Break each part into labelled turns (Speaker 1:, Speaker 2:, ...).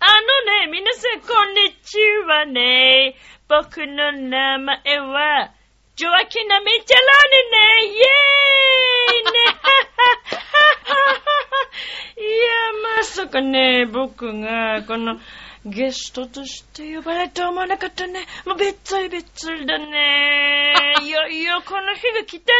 Speaker 1: あのね、皆さん、こんにちはね。僕の名前は、ジョアキナミチャラネね。イェーイね。いや、まさかね、僕が、この、ゲストとして呼ばれるとは思わなかったね。もうべっつりべっつりだね。いよいよこの日が来たんだ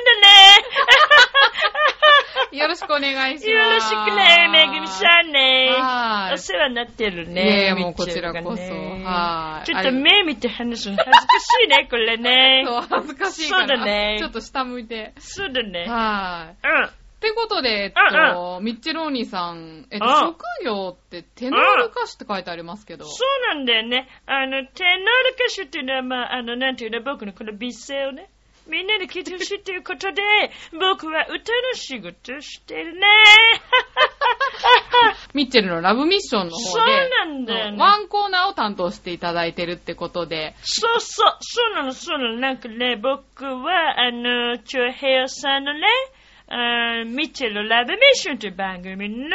Speaker 1: ね。
Speaker 2: よろしくお願いします。
Speaker 1: よろしくね、めぐみさんね。
Speaker 2: はい
Speaker 1: お世話になってるね。
Speaker 2: いえいえもうこちらこそ
Speaker 1: みちゅがね
Speaker 2: はい
Speaker 1: ちょっと目見て話すの恥ずかし いね、これね。
Speaker 2: そう、恥ずかしいから。
Speaker 1: そうだね
Speaker 2: ちょっと下向いて。
Speaker 1: そうだね。
Speaker 2: はーい。
Speaker 1: うん。
Speaker 2: ってことで、えっと、ミッチェローニさん、えっと、
Speaker 1: うん
Speaker 2: 職業ってテノール歌手って書いてありますけど。
Speaker 1: そうなんだよね。あの、テノール歌手っていうのは、まあ、あの、なんていうの、僕のこの美声をね、みんなに聞いてほしいっていうことで、僕は歌の仕事をしてるね。
Speaker 2: ミッチェルのラブミッションの方で、
Speaker 1: そうなんだよね
Speaker 2: ワンコーナーを担当していただいてるってことで、
Speaker 1: そうそう、そうなの、そうなの。なんかね、僕は、あの、チョヘヨさんのね、あーミッチェルラブミッションという番組の、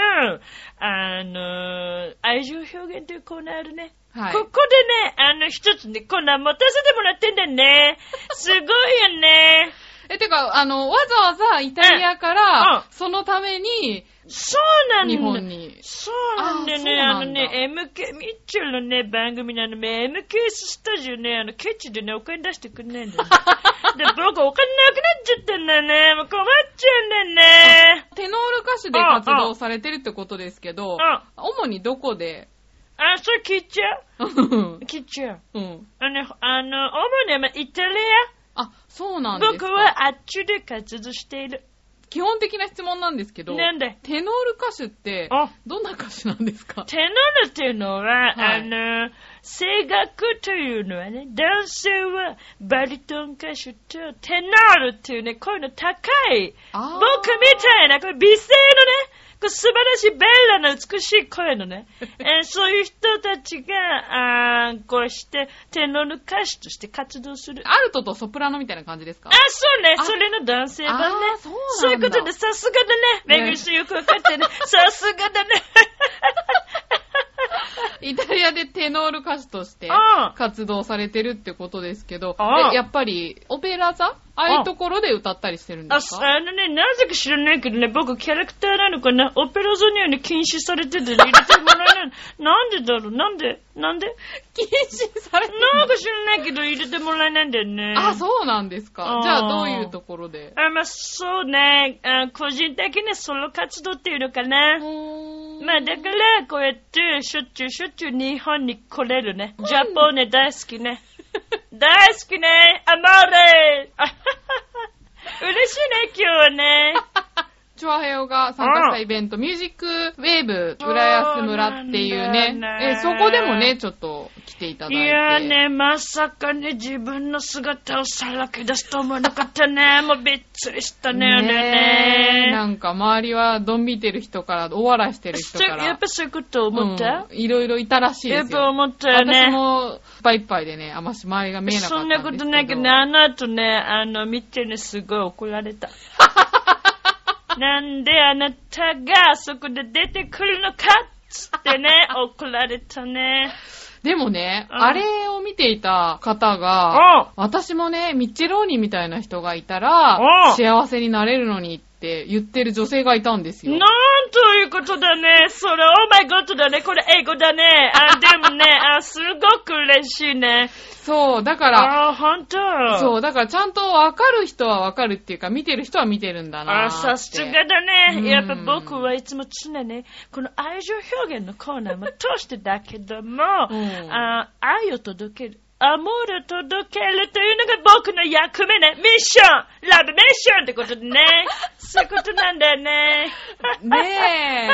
Speaker 1: あの、愛情表現というコーナーあるね。
Speaker 2: はい。
Speaker 1: ここでね、あの、一つね、コーナー持たせてもらってんだよね。すごいよね。
Speaker 2: え、てか、あの、わざわざイタリアから、
Speaker 1: うん
Speaker 2: そのために、
Speaker 1: そうなんだ。
Speaker 2: 日本に。
Speaker 1: そうなんだよね、
Speaker 2: あー
Speaker 1: あのね、MK、ミッチェルのね、番組のあのね、MKS スタジオね、あの、ケチでね、お金出してくんないん だよね。で、僕お金なくなっちゃったんだよね。もう困っちゃうんだよね。
Speaker 2: テノール歌手で活動されてるってことですけど、主にどこで
Speaker 1: あ、それ聞いちゃう
Speaker 2: うん
Speaker 1: 聞いちゃう。
Speaker 2: うん。
Speaker 1: あのね、あの、主にあのイタリ
Speaker 2: あ、そうな
Speaker 1: ア。
Speaker 2: んですか
Speaker 1: 僕はあっちで活動している。
Speaker 2: 基本的な質問なんですけど、
Speaker 1: なんで
Speaker 2: テノール歌手って
Speaker 1: あ、
Speaker 2: どんな歌手なんです か
Speaker 1: テノールっていうのは、
Speaker 2: はい
Speaker 1: あの、声楽というのはね、男性はバリトン歌手とテノールっていうね、声の高い、
Speaker 2: あー
Speaker 1: 僕みたいな、これ美声のね、こう素晴らしい、ベラな美しい声 のね、えーそういう人たちが、あーこうして、テノール歌手として活動する。あ、
Speaker 2: アルトとソプラノみたいな感じですか
Speaker 1: そうね、
Speaker 2: あ
Speaker 1: それの男性版ね
Speaker 2: あー。そうなんだ
Speaker 1: そういうことで、さすがだね。めぐみさんよくわかってね。さす がだね。
Speaker 2: イタリアでテノール歌手として
Speaker 1: うん
Speaker 2: 活動されてるってことですけど、
Speaker 1: うん
Speaker 2: えやっぱりオペラ座ああいうところで歌ったりしてるんで
Speaker 1: あ、
Speaker 2: す
Speaker 1: そ
Speaker 2: か
Speaker 1: あのね、なぜか知らないけどね、僕キャラクターなのかな、オペラ座にはね、禁止されてて入れてもらえない。 なんでだろうなんでなんで
Speaker 2: 禁止されてる
Speaker 1: なんか知らないけど入れてもらえないんだよね。
Speaker 2: あ、そうなんですか
Speaker 1: うん
Speaker 2: じゃあどういうところで
Speaker 1: あまあ、そうね、あ個人的なソロ活動っていうのかな。まあ、だから、こうやって、しょっちゅうしょっちゅう日本に来れるね。ジャポンね、大好きね。大好きね、アマーレー嬉しいね、今日はね。
Speaker 2: チョアヘヨが参加したイベント、ミュージックウェーブ浦安村っていうね
Speaker 1: そうなんだ
Speaker 2: え、
Speaker 1: よね
Speaker 2: そこでもね、ちょっと来ていただい
Speaker 1: い
Speaker 2: て。
Speaker 1: やね、まさかね、自分の姿をさらけ出すと思わなかっ たね。もうびっくりしたね、あれ
Speaker 2: ねえな
Speaker 1: ね。
Speaker 2: んか周りはどんびてる人から、お笑いしてる人
Speaker 1: そう
Speaker 2: から。
Speaker 1: やっぱそういうこと思った、
Speaker 2: うんいろいろいたらしいで
Speaker 1: や
Speaker 2: す
Speaker 1: っ
Speaker 2: よ。
Speaker 1: ぱ思ったよね。
Speaker 2: 私も、いっぱいいっぱいでね、あんまし周りが見えなかった
Speaker 1: そ
Speaker 2: ん
Speaker 1: ん
Speaker 2: です
Speaker 1: な
Speaker 2: けど。
Speaker 1: ことないけどね、あの後ね、あの、見てね、すごい怒 られた。なんであなたがあそこで出てくるのかっつってね、 怒られたね。
Speaker 2: でもね、
Speaker 1: うん
Speaker 2: あれを見ていた方
Speaker 1: うん
Speaker 2: が、私もね、ミッチェローニみたいな人がいたら
Speaker 1: う、ん
Speaker 2: 幸せになれるのにって言ってる女性がいたんですよ。
Speaker 1: なんということだね。それ、オーマイゴッドだね。これ、英語だね。あ、でもね、あ、すごく嬉しいね。
Speaker 2: そう、だから、
Speaker 1: あ、本当。。
Speaker 2: そうう、だからちゃんとわかる人はわかるっていうか、見てる人は見てるんだなー
Speaker 1: あ、
Speaker 2: って。
Speaker 1: さすがだ
Speaker 2: うん
Speaker 1: ね。やっぱ僕はいつも常ね、この愛情表現のコーナーも通してだけども、
Speaker 2: うん
Speaker 1: あ愛を届ける。アモールを届けるというのが僕の役目ね。ミッションラブミッ シ ョンってことでね。そういうことなんだよね。
Speaker 2: ねえ。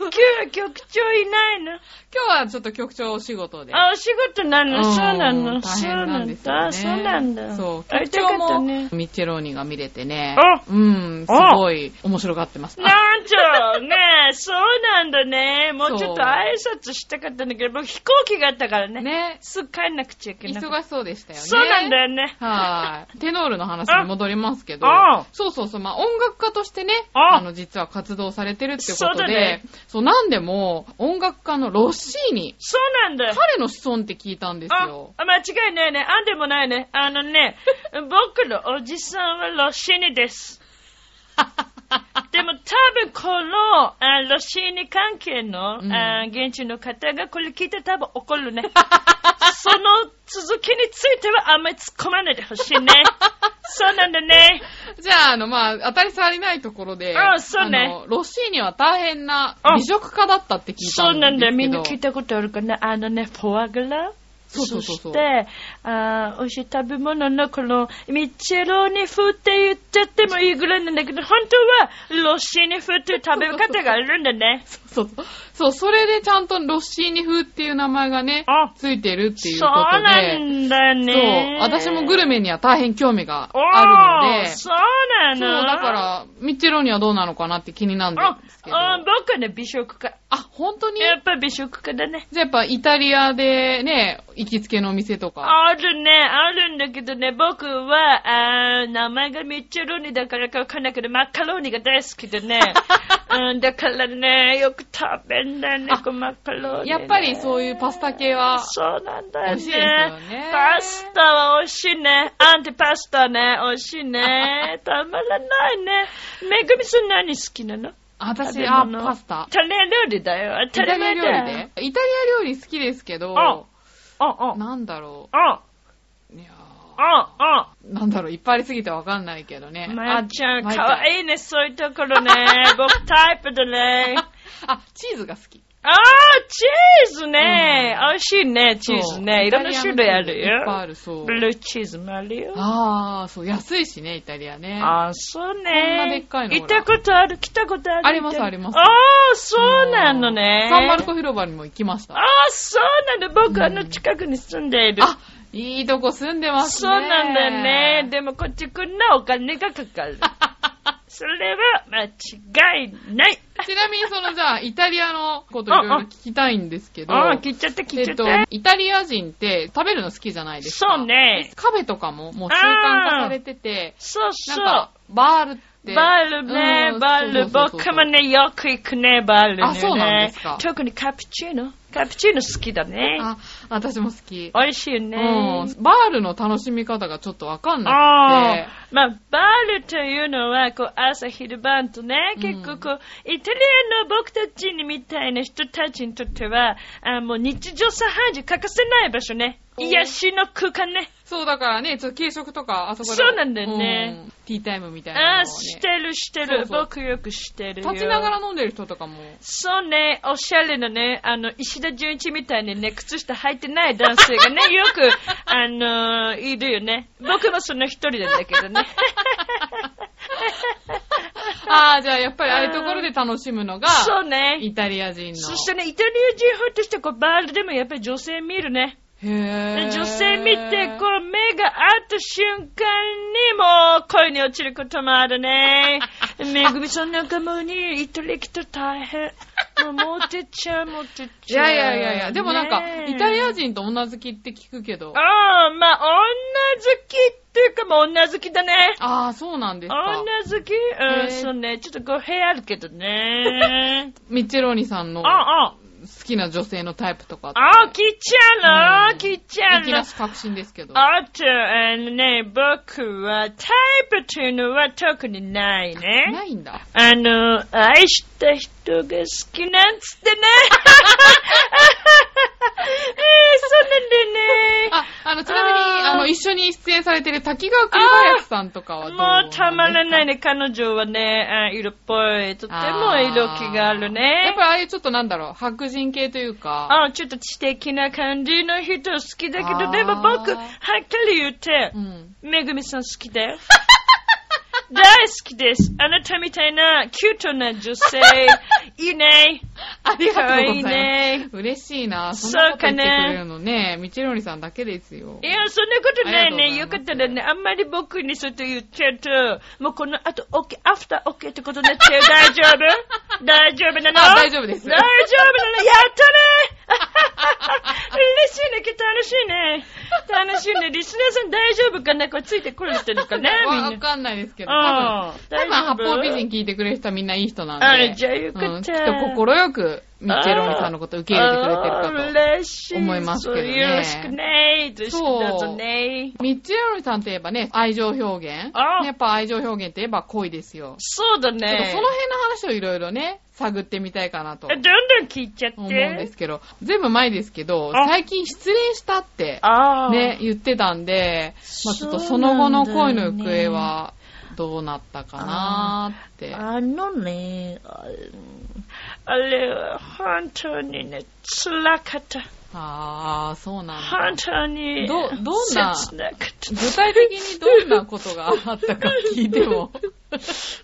Speaker 1: 今日は局長いないの。
Speaker 2: 今日はちょっと局長お仕事で。
Speaker 1: あ、お仕事なの、
Speaker 2: う
Speaker 1: そ
Speaker 2: ん
Speaker 1: うなの、
Speaker 2: 大
Speaker 1: そう
Speaker 2: 変な
Speaker 1: なん
Speaker 2: で
Speaker 1: ん
Speaker 2: すよね
Speaker 1: だ、そうなんだ。
Speaker 2: そう。
Speaker 1: 会い
Speaker 2: 局
Speaker 1: たか
Speaker 2: 長
Speaker 1: った
Speaker 2: も
Speaker 1: ね。
Speaker 2: ミッチェローニが見れてね
Speaker 1: あ。
Speaker 2: うん、すごい面白がってます。あ
Speaker 1: なんと、ね え、そうなんだね。もうちょっ
Speaker 2: そ
Speaker 1: と
Speaker 2: う
Speaker 1: 挨拶したかったんだけど、僕飛行機があったからね。
Speaker 2: ね。
Speaker 1: すぐ帰んなくちゃいけない。
Speaker 2: 忙しそうでしたよね。
Speaker 1: そうなんだよね。
Speaker 2: はい。テノールの話に戻りますけど
Speaker 1: ああ、
Speaker 2: そうそうそう、まあ音楽家としてね、
Speaker 1: あ
Speaker 2: あの実は活動されてるってこ
Speaker 1: そう
Speaker 2: と
Speaker 1: だ
Speaker 2: で
Speaker 1: ね、
Speaker 2: そう、なんでも音楽家のロッシーニ、
Speaker 1: そうなんだよ。
Speaker 2: 彼の子孫って聞いたんですよ。
Speaker 1: あ、間違いないね。あんでもないね。あのね、僕のおじさんはロッシーニです。でも多分このあロッシーニ関係の、
Speaker 2: うん
Speaker 1: あ現地の方がこれ聞いて多分怒 るね。その続きについてはあんまり突っ込まないで ほしいね。そうなんだね。
Speaker 2: じゃあ、あの、まあ、当たり障りないところで、
Speaker 1: あそうね
Speaker 2: あのロッシーニは大変な
Speaker 1: あ
Speaker 2: 美食家だったって聞い
Speaker 1: そ
Speaker 2: たんですけど。
Speaker 1: うなんだよ。みんな聞いたことあるかな。あのね、フォアグラ。
Speaker 2: そうそうそうそう
Speaker 1: して、あー美味しい食べ物のこの、ミッチェローニ風って言っちゃってもいいぐらいなんだけど、本当はロッシーニ風っていう食べ方があるんだね。
Speaker 2: そうそう。そう、それでちゃんとロッシーニ風っていう名前がね
Speaker 1: あ、
Speaker 2: ついてるっていう
Speaker 1: そう
Speaker 2: こと
Speaker 1: な
Speaker 2: で、
Speaker 1: んだね。
Speaker 2: 私もグルメには大変興味が
Speaker 1: おー
Speaker 2: あるので、
Speaker 1: そうな
Speaker 2: そう、
Speaker 1: の
Speaker 2: だか、ら、ミッチェローニはどうなのかなって気になるんで
Speaker 1: あ
Speaker 2: すけど。
Speaker 1: あ
Speaker 2: あ、
Speaker 1: 僕はね、美食家。
Speaker 2: 本当に
Speaker 1: やっぱ美食家だね。
Speaker 2: じゃあやっぱイタリアでね、行きつけのお店とか。
Speaker 1: あるね、あるんだけどね、僕は、あー名前がミッチェローニだからかわかんないけど、マカローニが大好きで ね。うん、だからね、よく食べんだよね
Speaker 2: あ、
Speaker 1: こうマカローニ、ね。
Speaker 2: やっぱりそういうパスタ系は、
Speaker 1: そうなんだよね。
Speaker 2: 美味しいですよね
Speaker 1: パスタは美味しいね。アンティパスタね、美味し いね。たまらないね。めぐみさん何好きなの
Speaker 2: 私、
Speaker 1: 食べ
Speaker 2: あ、
Speaker 1: 物
Speaker 2: パスタ
Speaker 1: イ。タリア料理だよ。
Speaker 2: イタリア
Speaker 1: 当たり
Speaker 2: 料
Speaker 1: 前だよ
Speaker 2: 理でイタリア料理好きですけど、
Speaker 1: ああ、あ、
Speaker 2: なんだろ
Speaker 1: あ、
Speaker 2: う。いや
Speaker 1: あ、あ。
Speaker 2: ーなんだろう、いっぱいありすぎてわかんないけどね。
Speaker 1: まゆちゃん、
Speaker 2: まゆ
Speaker 1: かわいいね、そういうとこ ろね。僕タイプだね。
Speaker 2: あ、チーズが好き。
Speaker 1: あー、チーズね。美味しいね、チーズ
Speaker 2: そう
Speaker 1: ね。いろんな種類ある
Speaker 2: イタリアのチーズいっぱいあ
Speaker 1: よ。
Speaker 2: る、そう
Speaker 1: ブ。ルーチーズもあるよ。
Speaker 2: あー、そう、安いしね、イタリアね。
Speaker 1: あー、そうね。
Speaker 2: こんなでっかいの
Speaker 1: 行ったことある、来たことある。
Speaker 2: ありますあります
Speaker 1: あー、そうなのね。
Speaker 2: サンマルコ広場にも行きまし
Speaker 1: あ
Speaker 2: た
Speaker 1: ー。、そうなの。僕、あの近くに住んでいる。
Speaker 2: あ、いいとこ住んでます
Speaker 1: そ
Speaker 2: ね。
Speaker 1: うなんだよね。でも、こっち来んなお金がか かる。それは間違いない。
Speaker 2: ちなみにそのじゃあ、イタリアのこといろいろ聞きたいんですけど、
Speaker 1: ああ、聞いちゃった、聞いち
Speaker 2: えっ
Speaker 1: ゃっ
Speaker 2: と、
Speaker 1: た。
Speaker 2: イタリア人って食べるの好きじゃないですか。
Speaker 1: そう。ね。
Speaker 2: カフェとかももう習慣化されてて、
Speaker 1: そう
Speaker 2: な
Speaker 1: そ
Speaker 2: ん
Speaker 1: う。
Speaker 2: か、バールって。
Speaker 1: バールね
Speaker 2: う、ん
Speaker 1: バール。
Speaker 2: そうそうそうそう
Speaker 1: 僕もね、よく行くね、バールね。
Speaker 2: あそうなんですか
Speaker 1: 特にカプチーノ。カプチーノ好きだね。
Speaker 2: あ、私も好き。
Speaker 1: 美味しいよね。
Speaker 2: うん、バールの楽しみ方がちょっとわかん
Speaker 1: あ
Speaker 2: な
Speaker 1: あまあ、バールというのは、こう、朝、昼晩とね、結構こう、イタリアの僕たちにみたいな人たちにとっては、あもう日常茶飯事欠かせない場所ね。
Speaker 2: お
Speaker 1: 癒しの空間ね。
Speaker 2: くて。そう、だからね、ちょっと軽食とか、あそこで。
Speaker 1: そうなんだよね
Speaker 2: うん。ティータイムみたいなのをね、
Speaker 1: ああ、してるしてる。
Speaker 2: そうそう
Speaker 1: 僕よくしてるよ。
Speaker 2: 立ちながら飲んでる人と かも。
Speaker 1: そうね、おしゃれなね、あの、石田純一みたいにね、靴下履いてない男 性がね、よく、あのーいるよね。僕もその一人なんだけどね。
Speaker 2: ああ、じゃあやっぱりああいうところで楽しむのが、
Speaker 1: そうね。
Speaker 2: イタリア人の。
Speaker 1: そしてね、イタリア人風としてこう、バールでもやっぱり女性見るね。
Speaker 2: へ
Speaker 1: で
Speaker 2: ー
Speaker 1: 女性見て、こう、目が合った瞬間に、もう、恋に落ちることもある ね。めぐみさんなんかもうに、イタリア来たら大変。もう、モテちゃう、モテ
Speaker 2: い
Speaker 1: ち
Speaker 2: や
Speaker 1: ゃう。
Speaker 2: いやいやいや、でもなんか、
Speaker 1: ねえ
Speaker 2: イタリア人と女好きって聞くけど。
Speaker 1: ああ、まあ、女好きっていうか、もう女好きだね。
Speaker 2: ああ、そうなんですか。
Speaker 1: 女好き
Speaker 2: へ
Speaker 1: う
Speaker 2: え
Speaker 1: ん、そうね。ちょっと語弊あるけ どね。
Speaker 2: ミッチェローニさんの好
Speaker 1: ああ、
Speaker 2: きな女性のタイプとかって。
Speaker 1: ああ、聞いち
Speaker 2: うん
Speaker 1: ゃうの聞いちゃう
Speaker 2: いきな
Speaker 1: の
Speaker 2: し確信ですけど。
Speaker 1: あと、あのね、僕はタイプというのは特にないね。
Speaker 2: ないんだ。
Speaker 1: あの、愛した人が好きなんつ ってね。えーそうなんだよね。
Speaker 2: あ、あの、ちなみに、
Speaker 1: あー
Speaker 2: あの、一緒に出演されてる滝川栗林さんとかはどうなんで
Speaker 1: もう
Speaker 2: すか
Speaker 1: たまらないね。彼女はね、あ色っぽい。とても色気があ
Speaker 2: あ
Speaker 1: る
Speaker 2: ーや
Speaker 1: ね
Speaker 2: っぱ。りああいうちょっとなんだろう、白人系というか、
Speaker 1: あちょっと知的な感じの人好きだけ
Speaker 2: あー
Speaker 1: ど、でも僕、はっきり言って
Speaker 2: う、ん。
Speaker 1: めぐみさん好きだよ。大好きです。あなたみたいなキュートな 女性。いいね。
Speaker 2: ありがとうございます。
Speaker 1: かわいいね
Speaker 2: 嬉しいな。そんなこと言ってくれるのね、みちろりさんだけですよ
Speaker 1: い。や、そんなことないね。
Speaker 2: ありが
Speaker 1: よ
Speaker 2: と
Speaker 1: か
Speaker 2: う
Speaker 1: っ
Speaker 2: ござ
Speaker 1: た
Speaker 2: います
Speaker 1: らね、あんまり僕にそうやって言っちゃうと、もうこの後、オッケー、アフターオッケーってことになっちゃう。大丈 夫大丈夫なの
Speaker 2: あ大丈夫です
Speaker 1: 大丈夫 なのやったね 嬉しいね、きっと楽しいね。楽しい ね。リスナーさん大丈夫かなこれついてくる人ですかねみんな
Speaker 2: わ。かんないですけど、多
Speaker 1: あ
Speaker 2: 分
Speaker 1: ー、
Speaker 2: 多分
Speaker 1: 大丈夫
Speaker 2: 八方美人聞いてくれる人はみんないい人なんで。
Speaker 1: あじゃあよかった
Speaker 2: うんきっと心よく、ミッチェローニさんのこと受け入れてくれてるか
Speaker 1: あー
Speaker 2: と。
Speaker 1: 嬉しい。
Speaker 2: 思いますけどね
Speaker 1: そうよろしくね。よろしくどうぞね。
Speaker 2: ミッチェローニさんといえばね、愛情表現。
Speaker 1: あー
Speaker 2: やっぱ愛情表現といえば恋ですよ。
Speaker 1: そうだ
Speaker 2: ちょっと
Speaker 1: ね。
Speaker 2: その辺の話をいろいろね、探ってみたいかなと
Speaker 1: どんどん聞いちゃって。
Speaker 2: 思うんですけど、ずいぶん前ですけど、
Speaker 1: あ
Speaker 2: 最近失恋したって
Speaker 1: ああ。
Speaker 2: ね、言ってたんで、まあちょっとその後の恋の行方はどうなったかなーって。
Speaker 1: あのね、ああれは本当にね、辛かった。
Speaker 2: あー、そうなんだ。
Speaker 1: 本当に。
Speaker 2: どどんな
Speaker 1: 切なかった。
Speaker 2: 具体的にどんなことがあったか聞いて も、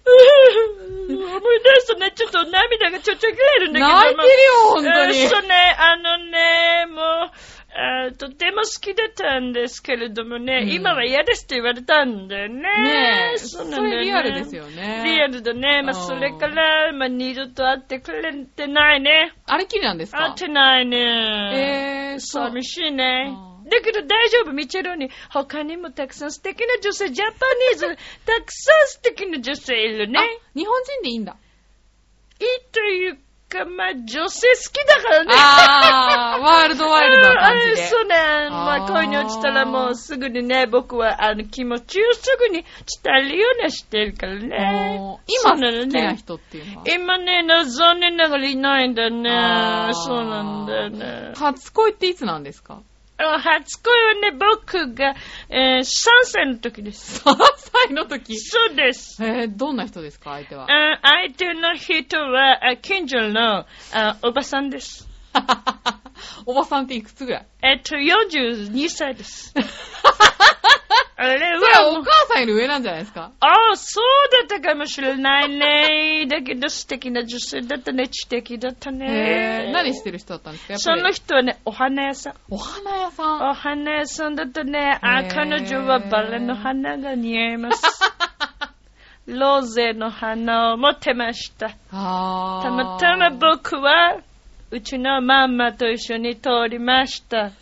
Speaker 1: うーん思い出すとね、ちょっと涙がちょちょぎれるんだけど。
Speaker 2: 泣いてるよ、本
Speaker 1: まあ
Speaker 2: 当に
Speaker 1: えー。そうね、あのね、もう、あーとても好きだったんですけれどもね、
Speaker 2: うん
Speaker 1: 今は嫌ですって言われたんだよね。
Speaker 2: ねえ、
Speaker 1: そ
Speaker 2: そう
Speaker 1: なんだよね
Speaker 2: れリアルですよね。
Speaker 1: リアルだね。まあ、
Speaker 2: うん
Speaker 1: それから、まあ、二度と会ってくれてないね。
Speaker 2: あれっきりなんです
Speaker 1: 会っ
Speaker 2: か
Speaker 1: てないね。
Speaker 2: えー、そう
Speaker 1: 寂しいね
Speaker 2: う。ん
Speaker 1: だけど大丈夫、ミチェロに。他にもたくさん素敵な女性、ジャパニー ズ、たくさん素敵な女性いるね
Speaker 2: あ。日本人でいいんだ。
Speaker 1: いいというか、まあ、女性好きだからね。
Speaker 2: あー、ワールドワイルドな感じ
Speaker 1: うん
Speaker 2: で。
Speaker 1: そうね。 まあ、
Speaker 2: あー
Speaker 1: 恋に落ちたらもうすぐにね、僕はあの気持ちをすぐに伝えるようにしてるからね
Speaker 2: もう。
Speaker 1: そう
Speaker 2: 今
Speaker 1: なの
Speaker 2: 好きな
Speaker 1: ね。
Speaker 2: 人っていうのは。
Speaker 1: 今ね、な残念ながらいないんだ
Speaker 2: あ
Speaker 1: ね。
Speaker 2: ー
Speaker 1: そうなんだよね。
Speaker 2: 初恋っていつなんですか
Speaker 1: あ初恋はね、僕が、えー、3歳の時です。
Speaker 2: ?3 歳の時。
Speaker 1: そうです。
Speaker 2: えー、どんな人ですか相手は。
Speaker 1: あ相手の人は、あ近所のあおばさんです。
Speaker 2: おばさんっていくつぐらい
Speaker 1: えっと、42 歳です。あれ
Speaker 2: それは
Speaker 1: はも
Speaker 2: お
Speaker 1: う、
Speaker 2: 母さんより上なんじゃないですか
Speaker 1: ああ、そうだったかもしれないね。だけど素敵な女性だったね。知的だった
Speaker 2: え
Speaker 1: ね。
Speaker 2: ー、何してる人だったんですかやっぱ
Speaker 1: そ
Speaker 2: り
Speaker 1: の人はね、お花屋さん。
Speaker 2: お花屋さん。
Speaker 1: お花屋さんだとね、あ
Speaker 2: へー
Speaker 1: 彼女はバラの花が似合 います。ローゼの花を持ってました。
Speaker 2: あー
Speaker 1: たまたま僕は、うちのマンマと一緒に通り ました。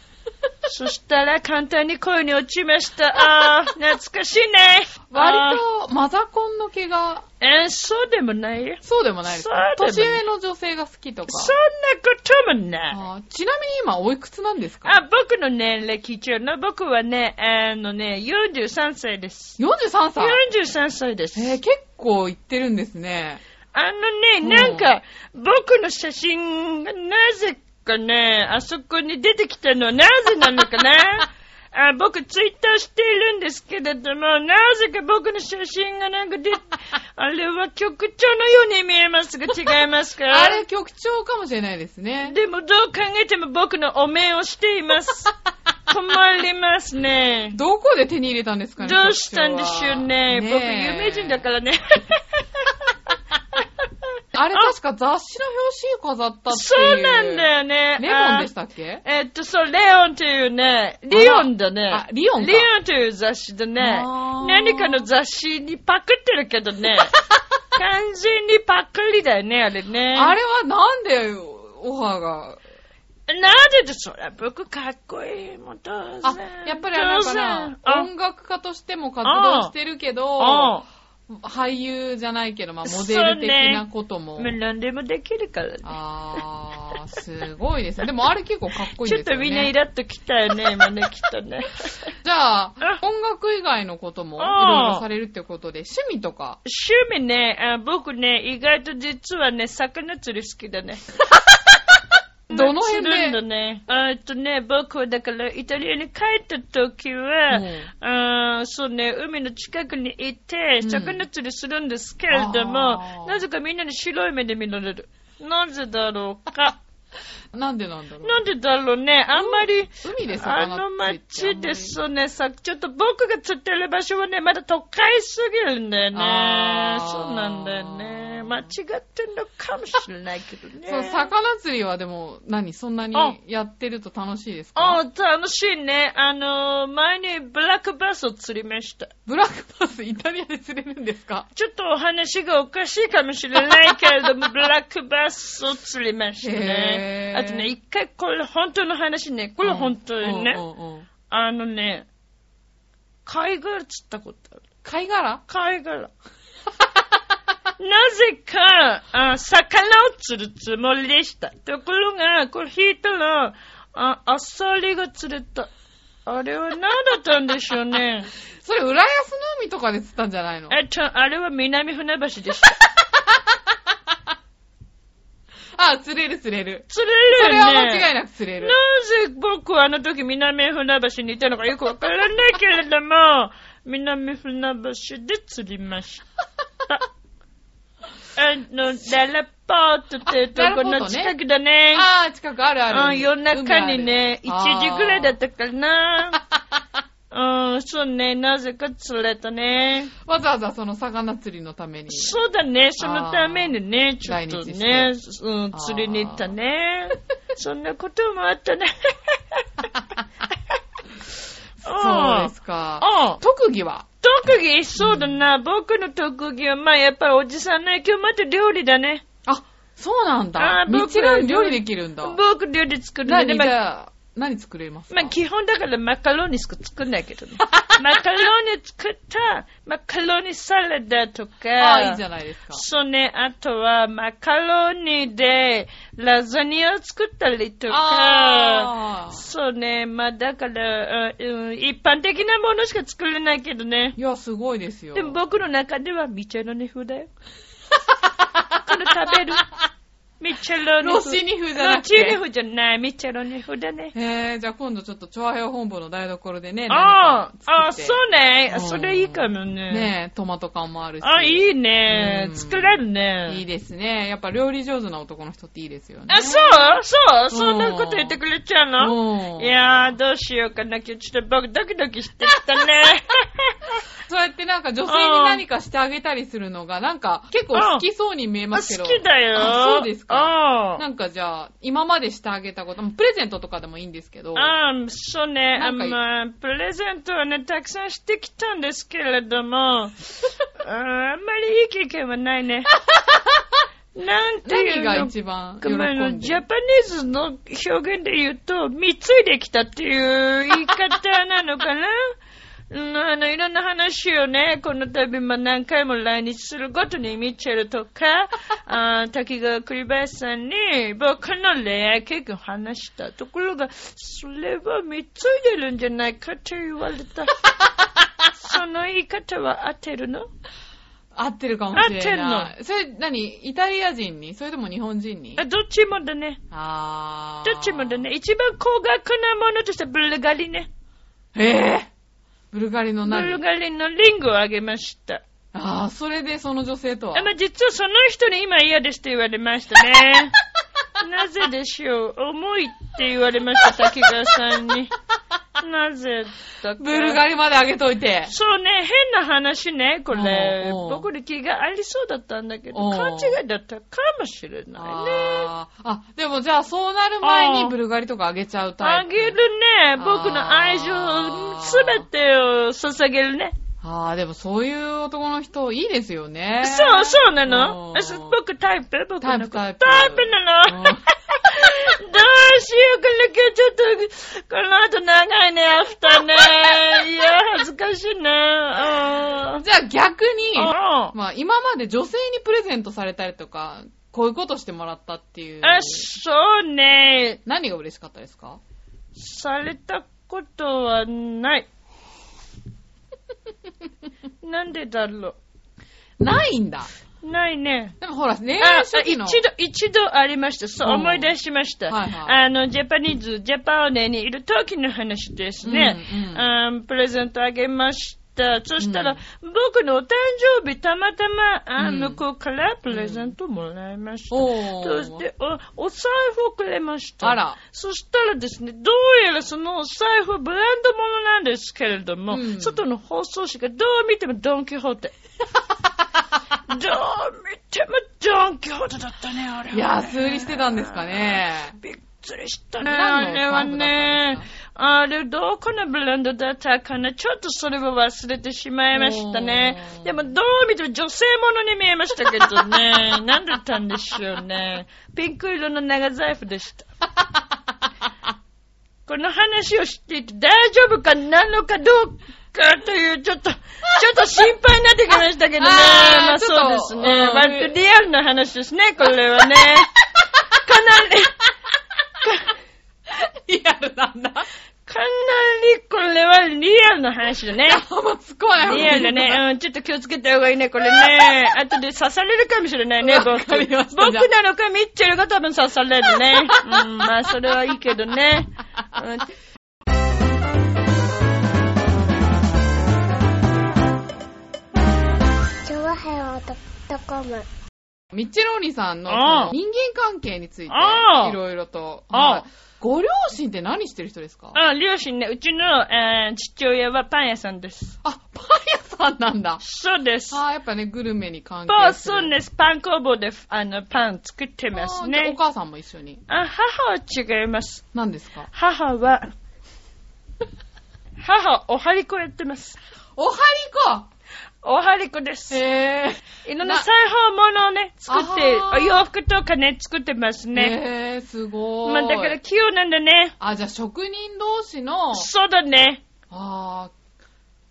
Speaker 1: そしたら簡単に恋に落ちました。ああ、懐かしいね。
Speaker 2: 割とマザコンの毛が、
Speaker 1: と。えーそうでもないよ。
Speaker 2: そうでもないですか
Speaker 1: そうで
Speaker 2: 年
Speaker 1: もない
Speaker 2: 上の女性が好きとか。
Speaker 1: そんなこともない。
Speaker 2: あーちなみに今おいくつなんですか
Speaker 1: あ、僕の年齢聞いちゃうの。僕はね、あのね、43歳です。
Speaker 2: ?43 歳。
Speaker 1: 43歳です。
Speaker 2: えー、結構いってるんですね。
Speaker 1: あの
Speaker 2: う
Speaker 1: ね、
Speaker 2: ん
Speaker 1: なんか、僕の写真がなぜかね、あそこに出てきたのはなぜなのか なあ僕、ツイッターしているんですけれども、なぜか僕の写真がなん か出、あれは局長のように見えますが違いますか
Speaker 2: あれ局長かもしれないですね。
Speaker 1: でもどう考えても僕のお面をしています。 困りますね。
Speaker 2: どこで手に入れたんですかね
Speaker 1: どうしたんでしょうね。
Speaker 2: 局長
Speaker 1: 僕、
Speaker 2: はねえ
Speaker 1: 有名人だからね。
Speaker 2: あれ確か雑誌の表紙飾ったって
Speaker 1: そ
Speaker 2: いう。
Speaker 1: うなんだよね。
Speaker 2: レモンでしたっけ
Speaker 1: えっと、そう、レオンというね、リオンだね。
Speaker 2: あリオンか
Speaker 1: リオンという雑誌でね
Speaker 2: あ、ー
Speaker 1: 何かの雑誌にパクってるけ どね、完全にパクリだよね、あれね。
Speaker 2: あれはなんでオファーが。
Speaker 1: なぜでそりゃ僕かっこいい、もう当然。
Speaker 2: あ、やっぱりあれ
Speaker 1: 当
Speaker 2: かな
Speaker 1: 然。あ
Speaker 2: 音楽家としても活動してるけど、俳優じゃないけど、まあモデル的なことも。
Speaker 1: うん。何でもできるからね。
Speaker 2: あー、すごいですね。でもあれ結構かっこいい
Speaker 1: ちょ
Speaker 2: で
Speaker 1: っ
Speaker 2: すよ
Speaker 1: と
Speaker 2: ね。
Speaker 1: みんなイラッときた よね、今ね、きっとね。
Speaker 2: じゃあ
Speaker 1: あ、
Speaker 2: 音楽以外のこともい
Speaker 1: あー
Speaker 2: ろいろされるってことで、趣味とか。
Speaker 1: 趣味ね、あ僕ね、意外と実はね、魚釣り好きだね。
Speaker 2: どの辺で
Speaker 1: 釣るんだね。あえっとね、僕はだからイタリアに帰った時は、
Speaker 2: うん
Speaker 1: あーそうね、海の近くにいて、
Speaker 2: うん
Speaker 1: 魚釣りするんですけれども
Speaker 2: あ、ー
Speaker 1: なぜかみんなに白い目で見られる。なぜだろうか。
Speaker 2: なんでなんだろう。
Speaker 1: なんでだろうね。あんまり、
Speaker 2: 海で魚
Speaker 1: あ
Speaker 2: って
Speaker 1: の
Speaker 2: 言ってあ
Speaker 1: 街
Speaker 2: んま
Speaker 1: で
Speaker 2: り
Speaker 1: すね、さ、ちょっと僕が釣ってる場所はね、まだ都会すぎるんだよね
Speaker 2: あ。ー
Speaker 1: そうなんだよね。間違ってんのかもしれないけどね。
Speaker 2: そう、魚釣りはでも、何そんなにやってると楽しいです
Speaker 1: あ
Speaker 2: か
Speaker 1: 楽しいね。あの、前にブラックバスを釣りました。
Speaker 2: ブラックバス、イタリアで釣れるんですか
Speaker 1: ちょっとお話がおかしいかもしれないけれど も、ブラックバスを釣りましたね
Speaker 2: へ。ー
Speaker 1: あとね、一回これ本当の話ね、これ本当にね、
Speaker 2: うんうんうん
Speaker 1: あのね、貝殻釣ったことある。
Speaker 2: 貝殻
Speaker 1: 貝殻。なぜかあ、魚を釣るつもりでした。ところが、これ引いたら、あ、アサリが釣れた。あれは何だったんでしょうね。
Speaker 2: それ、浦安の海とかで釣ったんじゃないの
Speaker 1: えっと、あれは南船橋でした。
Speaker 2: あ、釣れる釣れる。
Speaker 1: 釣れ
Speaker 2: そ
Speaker 1: る
Speaker 2: れ
Speaker 1: よ
Speaker 2: は
Speaker 1: ね。
Speaker 2: 間違いなく釣れ
Speaker 1: な
Speaker 2: る。
Speaker 1: ぜ僕はあの時南船橋にいたのかよくわからないけれども、 南船橋で釣りました。 あの、ララポートってとこの近くだね。
Speaker 2: ああ、近くあるあ
Speaker 1: う
Speaker 2: る。
Speaker 1: ん、夜中にね、1
Speaker 2: 海ある
Speaker 1: 時ぐらいだったかな。うん、そうね、なぜか釣れたね。
Speaker 2: あーわざわざその魚釣りのために。
Speaker 1: そうだね、そのためにね、ちょっと
Speaker 2: 来日
Speaker 1: ね、うん、
Speaker 2: あー
Speaker 1: 釣りに行っ たね。そんなこともあったね。
Speaker 2: そうですか。
Speaker 1: あ
Speaker 2: 特技は
Speaker 1: 特技、そうだな、僕の特技は、まあやっぱりおじさんの影響もあって料理だね。
Speaker 2: あ、そうなんだ。
Speaker 1: あー僕
Speaker 2: 日蘭料理できるんだ。
Speaker 1: 僕料理作るの
Speaker 2: 何
Speaker 1: で、
Speaker 2: じ
Speaker 1: まあ、
Speaker 2: ゃあ、何作れますか
Speaker 1: まあ基本だからマカロニしか作んないけ どね。マカロニ作った、マカロニサラダとか。
Speaker 2: ああ、いいじゃないですか。
Speaker 1: そうね、あとはマカロニでラザニアを作ったりとか、
Speaker 2: ああ。
Speaker 1: そうね、まあだから、うんうん一般的なものしか作れないけどね。
Speaker 2: いや、すごいですよ。
Speaker 1: でも僕の中ではミチェロニ風だ よ。これ食べるミチェロニ
Speaker 2: ロッシーニ風じゃ
Speaker 1: ロ
Speaker 2: な
Speaker 1: ッ
Speaker 2: く
Speaker 1: シーニ
Speaker 2: て。
Speaker 1: 風じゃない、ミチェロニ風だね。
Speaker 2: へえ、じゃあ今度ちょっと、調和平本部の台所でね、
Speaker 1: あ
Speaker 2: 何か
Speaker 1: あ、ああ、
Speaker 2: 作
Speaker 1: そ
Speaker 2: って
Speaker 1: うね
Speaker 2: う。ん
Speaker 1: それいいかもね。
Speaker 2: ねえ、トマト缶もあるし。
Speaker 1: あ、いいね
Speaker 2: う。ん
Speaker 1: 作れるね。
Speaker 2: いいですね。やっぱ料理上手な男の人っていいですよね。
Speaker 1: あ、そうそうそんな
Speaker 2: うん
Speaker 1: こと言ってくれちゃう
Speaker 2: う
Speaker 1: の
Speaker 2: ん
Speaker 1: いやー、どうしようかな。今日ちょっと僕ドキドキしてきた ね。
Speaker 2: そうやってなんか女性に何かしてあげたりするのが、なんか結構好きそうに見え
Speaker 1: あ
Speaker 2: ま
Speaker 1: 好
Speaker 2: すけど。
Speaker 1: きだよ。
Speaker 2: あそうですか。
Speaker 1: あ
Speaker 2: なんかじゃあ、今までしてあげたこと、プレゼントとかでもいいんですけど。
Speaker 1: あーそうね。
Speaker 2: な
Speaker 1: あ
Speaker 2: んかいい
Speaker 1: まあ、プレゼントはね、たくさんしてきたんですけれ ども、あーあんまりいい経験はな いね。なんてい
Speaker 2: 何
Speaker 1: う
Speaker 2: が
Speaker 1: の
Speaker 2: 一番喜
Speaker 1: ごめんあの
Speaker 2: ん
Speaker 1: ジャ
Speaker 2: で
Speaker 1: パニーズの表現で言うと、貢いできたっていう言い方なのかな うん、あの、いろんな話をね、この度、まあ、何回も来日するごとに、ミッチェルとか、あー滝川栗林さんに、僕の恋愛経験を話したところが、それは貢いでるんじゃないかと言われた。その言い方は合ってるの
Speaker 2: 合ってるかもしれ
Speaker 1: 合っ
Speaker 2: ない。それ何イタリア人にそれとも日本人に
Speaker 1: あどっちもだね。
Speaker 2: あー。
Speaker 1: どっちもだね。。一番高額なものとしてはブルガリね。
Speaker 2: ええブルガリの
Speaker 1: ブル
Speaker 2: 何
Speaker 1: ガリのリングをあげました。
Speaker 2: ああ、それでその女性とは
Speaker 1: あ。まあ、実はその人に今嫌ですって言われましたね。 なぜでしょう。重いって言われました、滝川さんに。なぜだか。
Speaker 2: ブルガリまであげといて。
Speaker 1: そうね、変な話ね、これ。
Speaker 2: おうおう
Speaker 1: 僕に気がありそうだったんだけど、
Speaker 2: おう
Speaker 1: 勘違いだったかもしれないね。
Speaker 2: あーあ、でもじゃあそうなる前
Speaker 1: あー
Speaker 2: にブルガリとかあげちゃうタ
Speaker 1: あ
Speaker 2: イプ。
Speaker 1: げるね、僕の愛情
Speaker 2: あー
Speaker 1: すべてを捧げるね。
Speaker 2: ああ、でもそういう男の人いいですよね。
Speaker 1: そう、そうなの
Speaker 2: うん
Speaker 1: あそ僕タイプ僕のこ
Speaker 2: タ
Speaker 1: と
Speaker 2: イプタイプ
Speaker 1: タイプなの
Speaker 2: うん
Speaker 1: どうしようかな、今日ちょっと、この後長いね、アフターね。いや、恥ずかしいね。うん
Speaker 2: じゃあ逆に、
Speaker 1: うん
Speaker 2: まあ今まで女性にプレゼントされたりとか、こういうことしてもらったっていう。
Speaker 1: あ、そうね。
Speaker 2: 何が嬉しかったですか
Speaker 1: されたことはない。なんでだろ
Speaker 2: ないんだ。
Speaker 1: う。ないね。
Speaker 2: でもほら、恋
Speaker 1: あ
Speaker 2: 愛初期の。
Speaker 1: 一度、一度ありました。そう、
Speaker 2: うん
Speaker 1: 思い出しました。
Speaker 2: はいは
Speaker 1: あの、ジャパニーズ、ジャパオネにいる時の話ですね。
Speaker 2: うんうん
Speaker 1: あープレゼントあげましった。そしたら、僕のお誕生日たまたま、あ
Speaker 2: うん
Speaker 1: 向こうからプレゼントもらいました。
Speaker 2: お
Speaker 1: そ
Speaker 2: ー
Speaker 1: してお、お財布をくれました。
Speaker 2: あら。
Speaker 1: そしたらですね、どうやらそのお財布はブランドものなんですけれども、
Speaker 2: うん
Speaker 1: 外の放送紙がどう見てもドンキホー テ。どう見てもドンキホーテだったね、あれはね。
Speaker 2: 安売りしてたんですかね。
Speaker 1: びっくりしたね、あ
Speaker 2: 何
Speaker 1: れ
Speaker 2: の
Speaker 1: は
Speaker 2: お財布だったん
Speaker 1: ね
Speaker 2: です。
Speaker 1: あれ、どこのブランドだったかなちょっとそれは忘れてしまいましたね
Speaker 2: お。ー
Speaker 1: でも、どう見ても女性ものに見えましたけどね。 何だったんでしょうね。ピンク色の長財布でした。 この話をしていて大丈夫かなのかどうかという、ちょっと、ちょっと心配になってきましたけどね。
Speaker 2: あー
Speaker 1: まあ
Speaker 2: ちょっ
Speaker 1: そう
Speaker 2: と
Speaker 1: ですね。
Speaker 2: うん
Speaker 1: 割とリアルな話ですね、これ はね。かなり。
Speaker 2: リアルなんだ。
Speaker 1: かなりこれはリアルな 話だね。
Speaker 2: あんま突っ込まない方
Speaker 1: リア
Speaker 2: がいい
Speaker 1: ル
Speaker 2: の
Speaker 1: だ
Speaker 2: かな
Speaker 1: ね。うん、ちょっと気をつけた方がいいね、これ ね。後で刺されるかもしれないね、僕。
Speaker 2: わ
Speaker 1: 僕
Speaker 2: かりました
Speaker 1: なのか、ミッチェルが多分刺されるね。うん、まあ、それはいいけどね。うん
Speaker 3: チョワヘヨドットコム
Speaker 2: ミッチェローニさんのそ
Speaker 1: ああ
Speaker 2: の人間関係について、
Speaker 1: ああ
Speaker 2: いろいろと。
Speaker 1: ああ
Speaker 2: はいご両親って何してる人ですか
Speaker 1: あ、両親ね、うちの、えー父親はパン屋さんです。
Speaker 2: あ、パン屋さんなんだ。
Speaker 1: そうです。
Speaker 2: ああ、やっぱね、グルメに関
Speaker 1: そう
Speaker 2: 係
Speaker 1: そうです。パン工房で、あの、パン作ってます
Speaker 2: ああじゃあお
Speaker 1: ね。
Speaker 2: 母さんも一緒に。
Speaker 1: あ、母は違います。
Speaker 2: 何ですか
Speaker 1: 母は、母、おはりこやってます。
Speaker 2: おは
Speaker 1: おはりこで
Speaker 2: りこ
Speaker 1: す。
Speaker 2: へ
Speaker 1: いろんな
Speaker 2: な
Speaker 1: 裁縫物をね、作って、
Speaker 2: あ
Speaker 1: お
Speaker 2: はー
Speaker 1: 洋服とかね、作ってます
Speaker 2: ぇ
Speaker 1: ね。
Speaker 2: へぇすごい。
Speaker 1: まあ、だから器用なんだね。
Speaker 2: あ、じゃあ職人同士の、
Speaker 1: そうだね。
Speaker 2: ああ、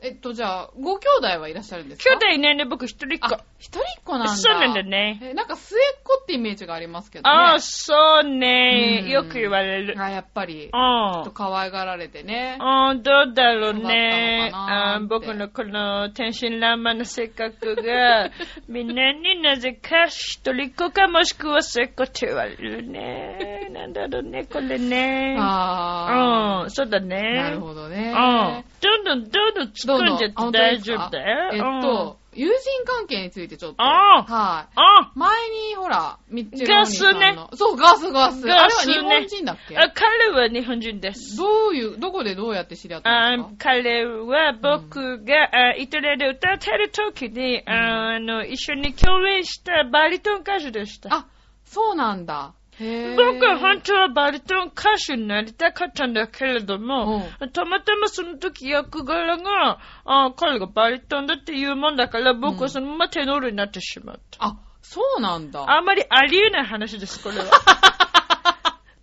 Speaker 2: えっと、じゃあ、ご兄弟はいらっしゃるんですか
Speaker 1: 兄弟いないね、僕一人っ子。
Speaker 2: あ、一人っ子なんだ。
Speaker 1: そうなんだね
Speaker 2: え、なんか末っ子ってイメージがありますけどね。
Speaker 1: ああ、そうね
Speaker 2: う。ん
Speaker 1: よく言われる。
Speaker 2: あやっぱり、ちょっ
Speaker 1: う
Speaker 2: と
Speaker 1: ん。
Speaker 2: 可愛がられてね。
Speaker 1: うん、どうだろうね。
Speaker 2: そうだったのかな
Speaker 1: あ
Speaker 2: ーっ
Speaker 1: ー
Speaker 2: て
Speaker 1: 僕のこの天真爛漫な性格が、 みんなになぜか一人っ子かもしくは末っ子って言われるね。なんだろうね、これね。
Speaker 2: ああ、
Speaker 1: うん、そうだね。
Speaker 2: なるほどね。
Speaker 1: うん。どんどんどんどん突っ込んじゃって大丈夫だよ。
Speaker 2: えっと、友人関係についてちょっと。
Speaker 1: あー
Speaker 2: はい。
Speaker 1: うん、あ
Speaker 2: 前に、ほら、ミッチェローニさんの。
Speaker 1: ガス
Speaker 2: そう、ガスガス。
Speaker 1: ガスね
Speaker 2: あれは日本人だっけ
Speaker 1: あ彼は日本人です。
Speaker 2: どういう、どこでどうやって知り合った
Speaker 1: あ
Speaker 2: んですか
Speaker 1: 彼は僕が、あイタリアで歌ってる時に、ああの一緒に共演したバリトン歌手でした。
Speaker 2: あ、そうなんだ。へぇ
Speaker 1: 僕は本当はバリトン歌手になりたかったんだけれども、たまたまその時役柄が、あ彼がバリトンだっていうもんだから、僕はそのままテノールになってしまった。
Speaker 2: あ、そうなんだ。
Speaker 1: あんまりありえない話です、こ れは。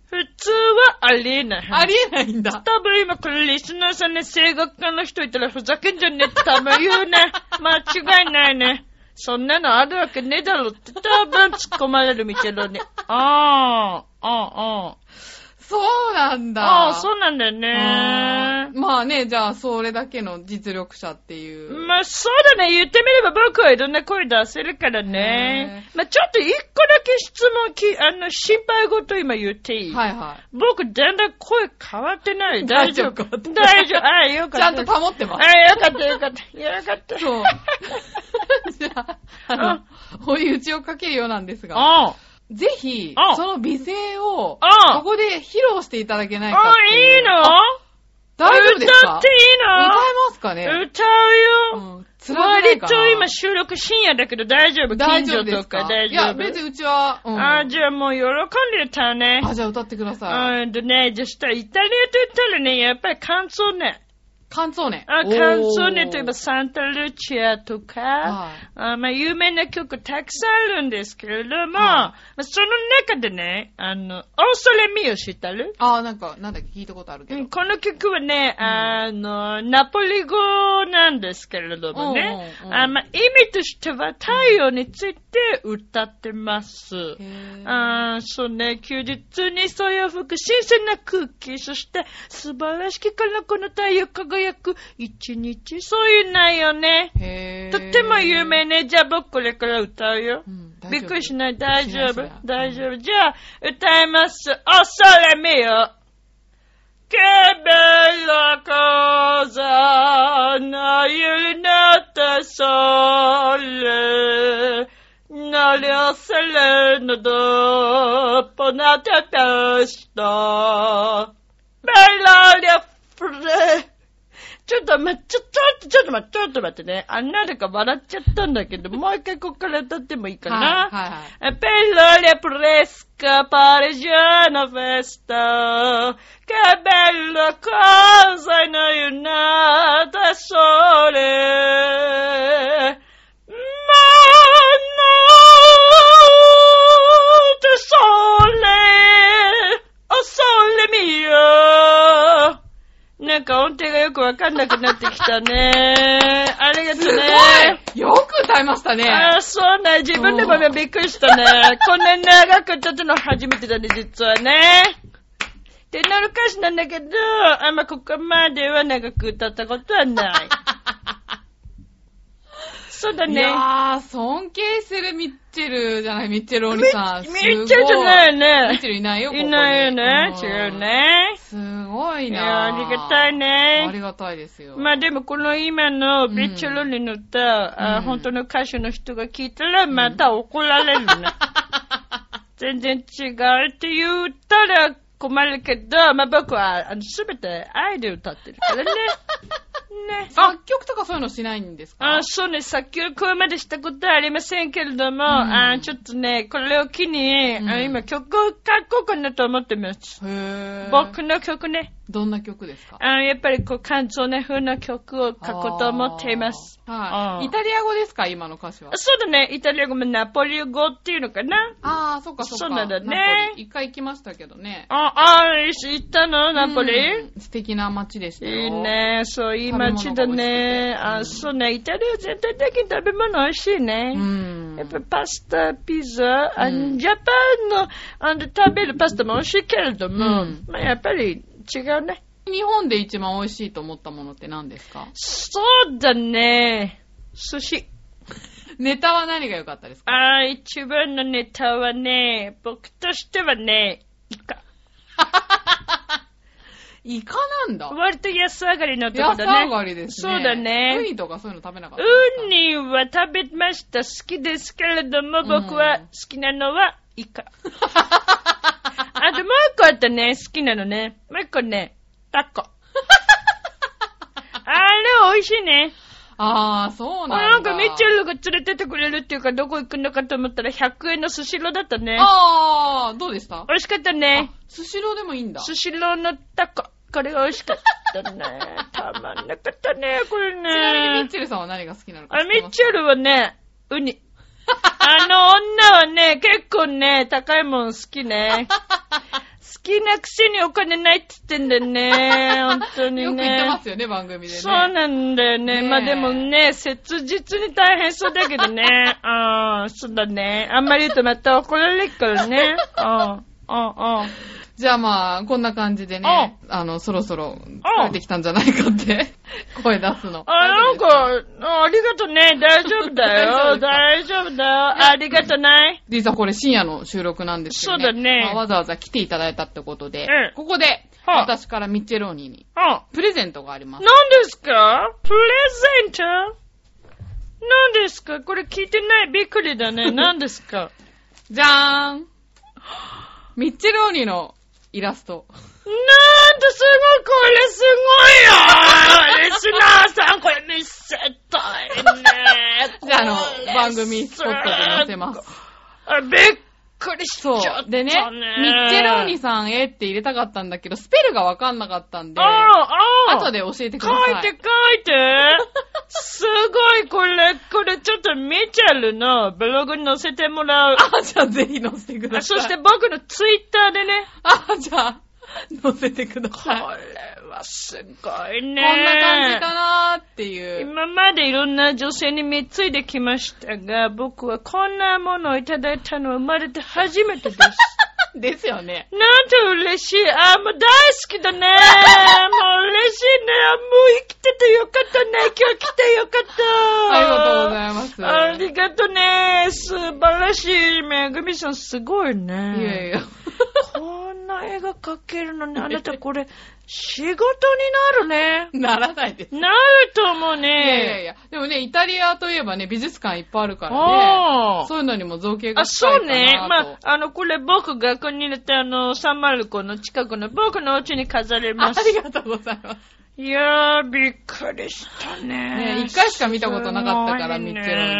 Speaker 1: 普通はありえない話。
Speaker 2: ありえないんだ。
Speaker 1: 多分今これリスナーさんね、声楽家の人いたらふざけんじゃねえって多分言 うね。間違いないね。そんなのあるわけねえだろって多分突っ込まれるみたいだね。ああ、ああ、あ
Speaker 2: そうなんだ。
Speaker 1: あ、ああ、そうなんだよ
Speaker 2: あ
Speaker 1: ね
Speaker 2: ー。まあね、じゃあ、それだけの実力者っていう。
Speaker 1: まあそうだね、言ってみれば僕はいろんな声出せるからね。まあちょっと一個だけ質問き、あの、心配事今言っていい
Speaker 2: はいはい。
Speaker 1: 僕、だんだん声変わってない。大丈夫
Speaker 2: 大丈夫か
Speaker 1: 大丈夫。ああ、よか
Speaker 2: ち
Speaker 1: った。
Speaker 2: ゃんと保ってます。
Speaker 1: ああ、よかった、よかった。よかった。
Speaker 2: そう。じゃあ、あの、追い打ちをかけるようなんですが、
Speaker 1: あ
Speaker 2: ぜひ
Speaker 1: あ、
Speaker 2: その美声を、こ
Speaker 1: あ
Speaker 2: こで披露していただけない
Speaker 1: あ、
Speaker 2: か
Speaker 1: あ
Speaker 2: っていう。
Speaker 1: いいの
Speaker 2: 大丈夫です
Speaker 1: 歌
Speaker 2: か
Speaker 1: って
Speaker 2: 歌え
Speaker 1: い
Speaker 2: ますか
Speaker 1: い
Speaker 2: ね
Speaker 1: の歌
Speaker 2: う
Speaker 1: うよ。
Speaker 2: ん。辛くない
Speaker 1: 割
Speaker 2: か
Speaker 1: と今
Speaker 2: な
Speaker 1: 収録深夜だけど大丈夫。
Speaker 2: 大
Speaker 1: 近
Speaker 2: 丈夫
Speaker 1: 所
Speaker 2: で
Speaker 1: と
Speaker 2: すか
Speaker 1: か大
Speaker 2: い
Speaker 1: 丈
Speaker 2: や、
Speaker 1: 夫。
Speaker 2: 別にうちは、うん。
Speaker 1: ああ、じゃあもう喜んでたね。
Speaker 2: あじゃあ歌ってください。
Speaker 1: うんとね、じゃあしたらイタリアと言ったらね、やっぱり感想ね。
Speaker 2: 感想ね。
Speaker 1: あ、
Speaker 2: おー
Speaker 1: 感想ねといえばサンタルチアとか、
Speaker 2: はい
Speaker 1: あまあ、有名な曲たくさんあるんですけれども、まあその中でね、あの、オーソレミを知ったる
Speaker 2: あ、なんか、なんだっけ聞いたことあるけ
Speaker 1: う
Speaker 2: ど
Speaker 1: ん。この曲はね、あの、ナポリ語なんですけれどもね、
Speaker 2: うんうんうん
Speaker 1: あまあ、意味としては太陽について歌ってます。
Speaker 2: へー
Speaker 1: あーそうね、休日にそよ吹く新鮮な空気、そして素晴らしきこのこの太陽輝く一日、そういう内容ね。
Speaker 2: へー
Speaker 1: とっても有名ね。じゃあ僕これから歌うよ。
Speaker 2: うん大丈夫
Speaker 1: びっくりしない。大丈夫
Speaker 2: しないしない。
Speaker 1: 大丈夫。じゃあ、歌います。恐れみよ。けべらかざなゆなたされなりゃせれのどぽなてたしたべらりゃふれちょっと待って、ちょ、ちょっと、ちょっと待って、ちょっと待ってね。あ、なんだか笑っちゃったんだけど、もう一回こっから歌ってもいいかな。
Speaker 2: はいはいはい
Speaker 1: Ε, Appello le presca parigina festa, che bella cosa in aiunata sole. Ma notte sole, oh sole mio. なんか音程がよくわかんなくなってきたね。ありがとうね。
Speaker 2: すごいよく歌いましたね。
Speaker 1: ああ、そうね。自分でもねびっくりしたね。こんなに長く歌ったの初めてだね、実はね。ってなる歌詞なんだけど、あんまここまでは長く歌ったことはない。そうだ
Speaker 2: い
Speaker 1: ね。
Speaker 2: やー、尊敬するミッチェルじゃない、ミッチェルおじさん。すごい
Speaker 1: みっちゃんじゃないよ
Speaker 2: ミ
Speaker 1: ね
Speaker 2: ッチ。ェルいないよ、ここ
Speaker 1: い
Speaker 2: に
Speaker 1: ないよ
Speaker 2: ん
Speaker 1: ね。違うね。
Speaker 2: すごい
Speaker 1: い
Speaker 2: な
Speaker 1: や、ありがたい
Speaker 2: あ
Speaker 1: ね
Speaker 2: り。がたいですよ。
Speaker 1: まあでもこの今のビッチョロリの歌、あ
Speaker 2: うん
Speaker 1: 本当の歌手の人が聞いたらまた怒 られるね。全然違うって言ったら困るけど、まあ僕はあの全て愛で歌ってる からね。ね。
Speaker 2: 作曲とかそういうのしないんですか
Speaker 1: あそうね、作曲までしたことはありませんけれども、
Speaker 2: ん
Speaker 1: あちょっとね、これを機に、あ
Speaker 2: うん
Speaker 1: 今曲を書こうかなと思ってます。
Speaker 2: へー。
Speaker 1: 僕の曲ね。
Speaker 2: どんな曲ですか
Speaker 1: あの、やっぱりこう、簡単な風な曲を書こうと思っています。
Speaker 2: あーは
Speaker 1: うん
Speaker 2: い。イタリア語ですか今の歌詞は。
Speaker 1: そうだね、イタリア語もナポリ語っていうのかな。
Speaker 2: あー、そっかそっか。
Speaker 1: そうなんだね
Speaker 2: ナポリ一回行きましたけどね。
Speaker 1: あ、あ、行ったのナポリ、
Speaker 2: うん素敵な街でしたよ。
Speaker 1: いいね、そう、いい街だね。
Speaker 2: 食べ物が美
Speaker 1: あ、
Speaker 2: 味しくて
Speaker 1: そうね、イタリア全体的に食べ物美味しいね。
Speaker 2: うん。
Speaker 1: やっぱパスタ、ピザ、あ
Speaker 2: うん
Speaker 1: ジャパンのあの食べるパスタも美味しいけれども、
Speaker 2: うん
Speaker 1: まあ、やっぱり違うね。
Speaker 2: 日本で一番美味しいと思ったものって何ですか
Speaker 1: そうだね、寿司。
Speaker 2: ネタは何が良かったですか
Speaker 1: あー一番のネタはね、僕としてはね、イカ。
Speaker 2: イカなんだ。
Speaker 1: 割と安上がりのとこ
Speaker 2: 安
Speaker 1: だね。
Speaker 2: 上がりですね。
Speaker 1: そうだね
Speaker 2: ウニとかそういうの食べなかったですか
Speaker 1: ウニは食べました。好きですけれども、
Speaker 2: ん
Speaker 1: 僕は好きなのはイ カ。あともう一個あったね、好きなのね。もう一個ね、タ コ。あれ美味しいね。
Speaker 2: あー、そうなんだ。
Speaker 1: なんかミッチェルが連れてってくれるっていうか、どこ行くのかと思ったら100円のスシローだったね。
Speaker 2: あー、どうでした
Speaker 1: 美味しかったね。
Speaker 2: あスシローでもいいんだ。
Speaker 1: スシローのタコ。これが美味しかっ たね。たまんなかったね、これね。
Speaker 2: ちなみにミッチェルさんは何が好きなのか
Speaker 1: あ、ミッチ
Speaker 2: ェ
Speaker 1: ェルはね、ウニ。あの女はね、結構ね、高いもん好 きね。好きなくせにお金ないって言ってんだよね、本当 に
Speaker 2: よく言って
Speaker 1: ね
Speaker 2: ま。すよね、番組でね。
Speaker 1: そうなんだよね。
Speaker 2: ねえ
Speaker 1: まあでもね、切実に大変そうだけどね。 うん、そうだね。あんまり言うとまた怒られるか らね。うん。うんうん。
Speaker 2: じゃあまあ、こんな感じでね、あの、そろそろ、聞こえてきたんじゃないかって、声出すの。
Speaker 1: あ、なんか、
Speaker 2: 大丈夫です。
Speaker 1: あありがとね。大丈夫だよ。大
Speaker 2: 大
Speaker 1: 丈夫だよ。ありがとない。
Speaker 2: 実はこれ深夜の収録なんですけど、ね。
Speaker 1: そうだね
Speaker 2: まあわざわざ来ていただいたってことで、
Speaker 1: ええ
Speaker 2: ここで、
Speaker 1: はい
Speaker 2: 私からミッチェローニに、
Speaker 1: うん。
Speaker 2: プレゼントがあります。
Speaker 1: 何ですかプレゼント何ですかこれ聞いてないびっくり だね。何ですか
Speaker 2: じゃー んミッチェローニのイラスト。
Speaker 1: なんとすごいこれすごいよリスナーさんこれ見せたいね。
Speaker 2: じ ゃあ、あ
Speaker 1: これ
Speaker 2: の、
Speaker 1: さ
Speaker 2: 番組スポットで載せます。
Speaker 1: あびっくりしち
Speaker 2: そ
Speaker 1: ゃったね。
Speaker 2: う。でね、ミッチェローニさんへって入れたかったんだけど、スペルがわかんなかったんで、
Speaker 1: ああ、
Speaker 2: 後で教えてく
Speaker 1: 書
Speaker 2: ださい。
Speaker 1: いて書いてすごいこれ、これちょっとミチェルのブログに載せてもらう。
Speaker 2: あ、じゃあぜひ載せてください。
Speaker 1: そして、僕のツイッターでね、
Speaker 2: あ、じゃあ、載せてくだ
Speaker 1: こ
Speaker 2: さい。
Speaker 1: れはすごいね。
Speaker 2: こんな感じかなーっていう。
Speaker 1: 今までいろんな女性に貢いできましたが、僕はこんなものをいただいたのは生まれて初めてです。
Speaker 2: ですよね。
Speaker 1: なんと嬉しい。あー、もう大好き だね。もう嬉しいね。あもう生きててよかったね。今日来てよかっ た。
Speaker 2: ありがとうございます。
Speaker 1: ありがとね。素晴らしい。めぐみさん、すごいね。
Speaker 2: いやいや。
Speaker 1: こんなな絵が描けるのに、あなたこれ、仕事に なるね。
Speaker 2: ならないです。
Speaker 1: なると思う
Speaker 2: いやいや
Speaker 1: ね。
Speaker 2: いや。でもね、イタリアといえばね、美術館いっぱいあるからね。
Speaker 1: あ
Speaker 2: そういうのにも造形が
Speaker 1: あ、
Speaker 2: 深い
Speaker 1: そう
Speaker 2: か
Speaker 1: ね。
Speaker 2: なと
Speaker 1: まあ、あの、これ僕がここに入れたあの、サンマルコの近くの僕のお家に飾れ
Speaker 2: あ
Speaker 1: ます
Speaker 2: あ。りがとうございます。
Speaker 1: いやー、びっくりしたね。
Speaker 2: ね、一回しか見たことなかったから、
Speaker 1: すごい
Speaker 2: ミ
Speaker 1: ね
Speaker 2: ッケロに。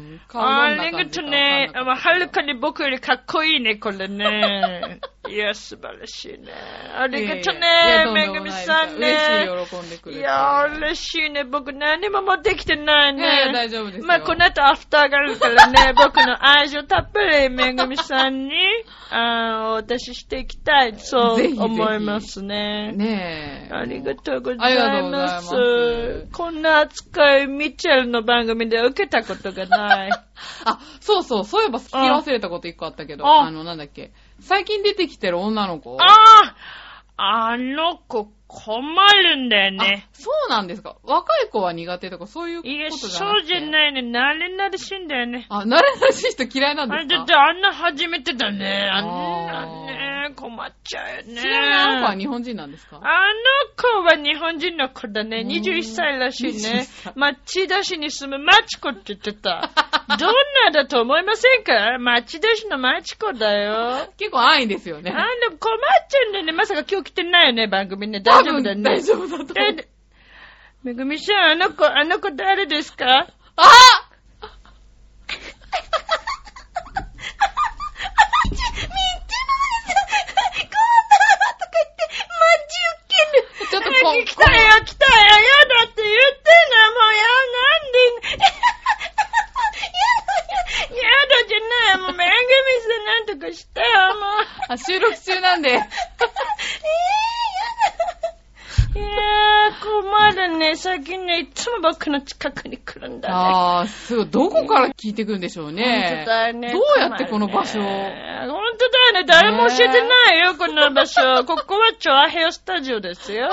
Speaker 2: うん。顔ど
Speaker 1: あ
Speaker 2: ん
Speaker 1: り
Speaker 2: な
Speaker 1: が
Speaker 2: 感じ
Speaker 1: と
Speaker 2: か
Speaker 1: う
Speaker 2: わ
Speaker 1: ね。
Speaker 2: かんなか
Speaker 1: あま
Speaker 2: っ
Speaker 1: あ
Speaker 2: た
Speaker 1: はるかに僕よりかっこいいね、こ れね。いや、素晴らしいね。ありがとう
Speaker 2: いやいやいや
Speaker 1: ね、
Speaker 2: とんで
Speaker 1: めぐ
Speaker 2: もな
Speaker 1: み
Speaker 2: いです
Speaker 1: さんね。
Speaker 2: 嬉しい、喜んでくれて。
Speaker 1: いやー、嬉しいね。僕何も持ってきてない
Speaker 2: いやいや
Speaker 1: ね。
Speaker 2: 大丈夫ですよ。
Speaker 1: まあ、この後アフターがあるから ね、僕の愛情たっぷりめぐみさんに、あーお渡ししていきたい、そ
Speaker 2: ぜひぜ
Speaker 1: う
Speaker 2: ひ
Speaker 1: 思いますね。
Speaker 2: ねえ。
Speaker 1: ありがとうござ
Speaker 2: ありが
Speaker 1: い
Speaker 2: とうござい
Speaker 1: ま。
Speaker 2: ますす
Speaker 1: こんな扱い、ミッチェルの番組で受けたことが ない。
Speaker 2: あ、そうそう、そういえば聞き忘れたこと一個あったけど、
Speaker 1: あ
Speaker 2: あの、なんだっけ。最近出てきてる女の子。
Speaker 1: あああの子困るんだよね。
Speaker 2: あそうなんですか。若い子は苦手とか、そういうこと
Speaker 1: い
Speaker 2: じゃな
Speaker 1: や、
Speaker 2: くて
Speaker 1: そうじゃ
Speaker 2: い。
Speaker 1: ないね。慣れ慣れしいんだよね。
Speaker 2: あ、慣れ慣れしい人嫌いなん
Speaker 1: あれ
Speaker 2: です
Speaker 1: だ
Speaker 2: か
Speaker 1: ってあんな初めてだね。あん
Speaker 2: あ
Speaker 1: なね、困っちゃうよね。
Speaker 2: ちなみにあの子は日本人なんですか
Speaker 1: あの子は日本人の子だね。
Speaker 2: うん
Speaker 1: 21歳らしい
Speaker 2: 21
Speaker 1: ね
Speaker 2: 歳。
Speaker 1: 町田市に住む町子って言って た。どんなだと思いませんか町田市の町子だ よ。
Speaker 2: 結構安易ですよね。
Speaker 1: あんな困っちゃうんだよね。まさか今日来てないよね、番組ね。大丈夫だよ
Speaker 2: 多分
Speaker 1: ね。
Speaker 2: 大丈夫だと思う。
Speaker 1: でめぐみさん、あの子、あの子誰ですか
Speaker 2: あちょっとこ、
Speaker 1: 早く来たよ、来たよ、やだって言ってんの、もうや、なんで、やだじゃない、もうめぐみさん、なんとかしてよ、も
Speaker 2: あ、収録中なん で。
Speaker 1: う。いやー、困るね、最近ね、いつも僕の近くに来るんだね。
Speaker 2: ああ、すごい。どこから聞いてくんでしょう
Speaker 1: 本
Speaker 2: ね。
Speaker 1: 当だよね。
Speaker 2: どうやってこの場所を
Speaker 1: 困るね本当だよね。誰も教えてないよ、この場所。 ここはチョアヘオスタジオで すよ。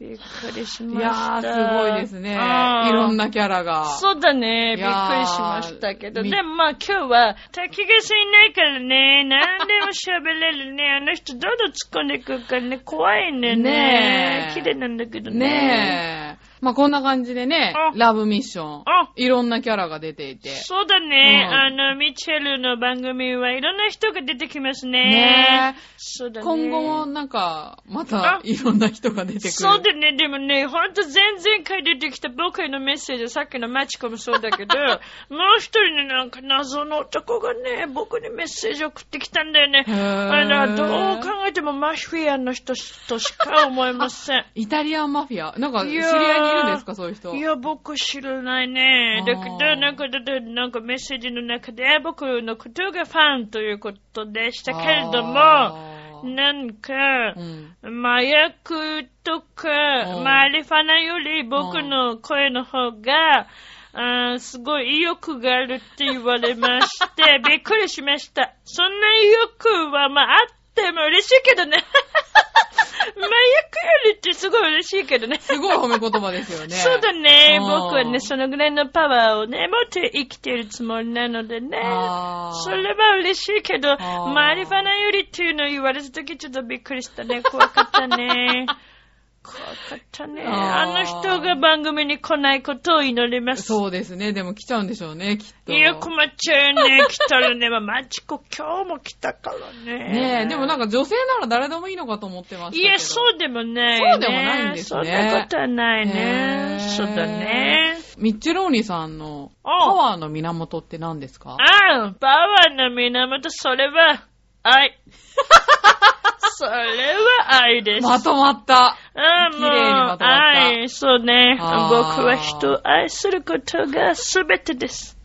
Speaker 1: びっくりしま
Speaker 2: い
Speaker 1: した。
Speaker 2: やー、すごいですね。い
Speaker 1: あー
Speaker 2: ろんなキャラが。
Speaker 1: そうだね。
Speaker 2: い
Speaker 1: びっくり
Speaker 2: やー
Speaker 1: しましたけど。
Speaker 2: み
Speaker 1: でもまあ今日は、滝がさんいないか らね、何でも喋れるね。あの人どんどん突っ込んでくるからね、怖いね。
Speaker 2: ね
Speaker 1: ね
Speaker 2: え
Speaker 1: 綺麗なんだけどね。
Speaker 2: ねえ。まあ、こんな感じでね
Speaker 1: あ、
Speaker 2: ラブミッション
Speaker 1: あ。
Speaker 2: いろんなキャラが出ていて。
Speaker 1: そうだね。
Speaker 2: うん
Speaker 1: あの、ミッチェルの番組はいろんな人が出てきますね。
Speaker 2: ねえ
Speaker 1: そうだね。
Speaker 2: 今後もなんか、ま
Speaker 1: あ
Speaker 2: たいろんな人が出てくる。
Speaker 1: そうだね、でもね、ほんと前々回出てきた僕へのメッセージ、さっきのマチコもそうだけ ど、もう一人ね、なんか謎の男がね、僕にメッセージ送ってきたんだよね。
Speaker 2: へー
Speaker 1: あの、どう考えてもマフィアの人としか思えません。
Speaker 2: イタリアンマフィアなんか、知
Speaker 1: い
Speaker 2: り
Speaker 1: や
Speaker 2: 合いにい
Speaker 1: ー
Speaker 2: るんですかそういう人。
Speaker 1: いや、僕知らないね。
Speaker 2: あ
Speaker 1: だ
Speaker 2: ー
Speaker 1: けど、なんか、だってなんかメッセージの中で、僕のことがファンということでしたけれども、
Speaker 2: あー
Speaker 1: なんか、
Speaker 2: うん。
Speaker 1: 麻薬とか、
Speaker 2: うん
Speaker 1: マリファナより僕の声の方が、あーすごい意欲があるって言われま して、びっくりしました。そんな意欲は、まあ、あっても嬉しいけどね。 麻薬よりってすごい嬉しいけどね。
Speaker 2: すごい褒め言葉ですよね。
Speaker 1: そうだね。
Speaker 2: うん
Speaker 1: 僕はね、そのぐらいのパワーをね、持って生きてるつもりなのでね。
Speaker 2: あー
Speaker 1: それは嬉しいけど、
Speaker 2: あー
Speaker 1: マリファナよりっていうのを言われたときちょっとびっくりしたね。怖かった ね。怖かったね。あ
Speaker 2: あー
Speaker 1: の人が番組に来ないことを祈ります。
Speaker 2: そうですね。でも来ちゃうんでしょうね、きっと。
Speaker 1: いや、困っちゃうよ ね。来たらね、まあマチコ今日も来たからね。
Speaker 2: ねえ、でもなん
Speaker 1: か、
Speaker 2: か女性なら誰でもいいのかと思ってましたけ
Speaker 1: い
Speaker 2: ど。
Speaker 1: や、そうでもない、ね。
Speaker 2: そうでもないんですね
Speaker 1: そんなことはないね。
Speaker 2: へー
Speaker 1: そうだね。
Speaker 2: ミッチェローニさんのパ
Speaker 1: あ
Speaker 2: ワーの源って何ですか
Speaker 1: ああ、パワーの源、それは、 愛。それは愛です。
Speaker 2: まとまった。
Speaker 1: ああ、
Speaker 2: 綺
Speaker 1: も
Speaker 2: 麗にま
Speaker 1: う、
Speaker 2: とまった
Speaker 1: 愛、そうね。僕
Speaker 2: あー
Speaker 1: は人を愛することが全てです。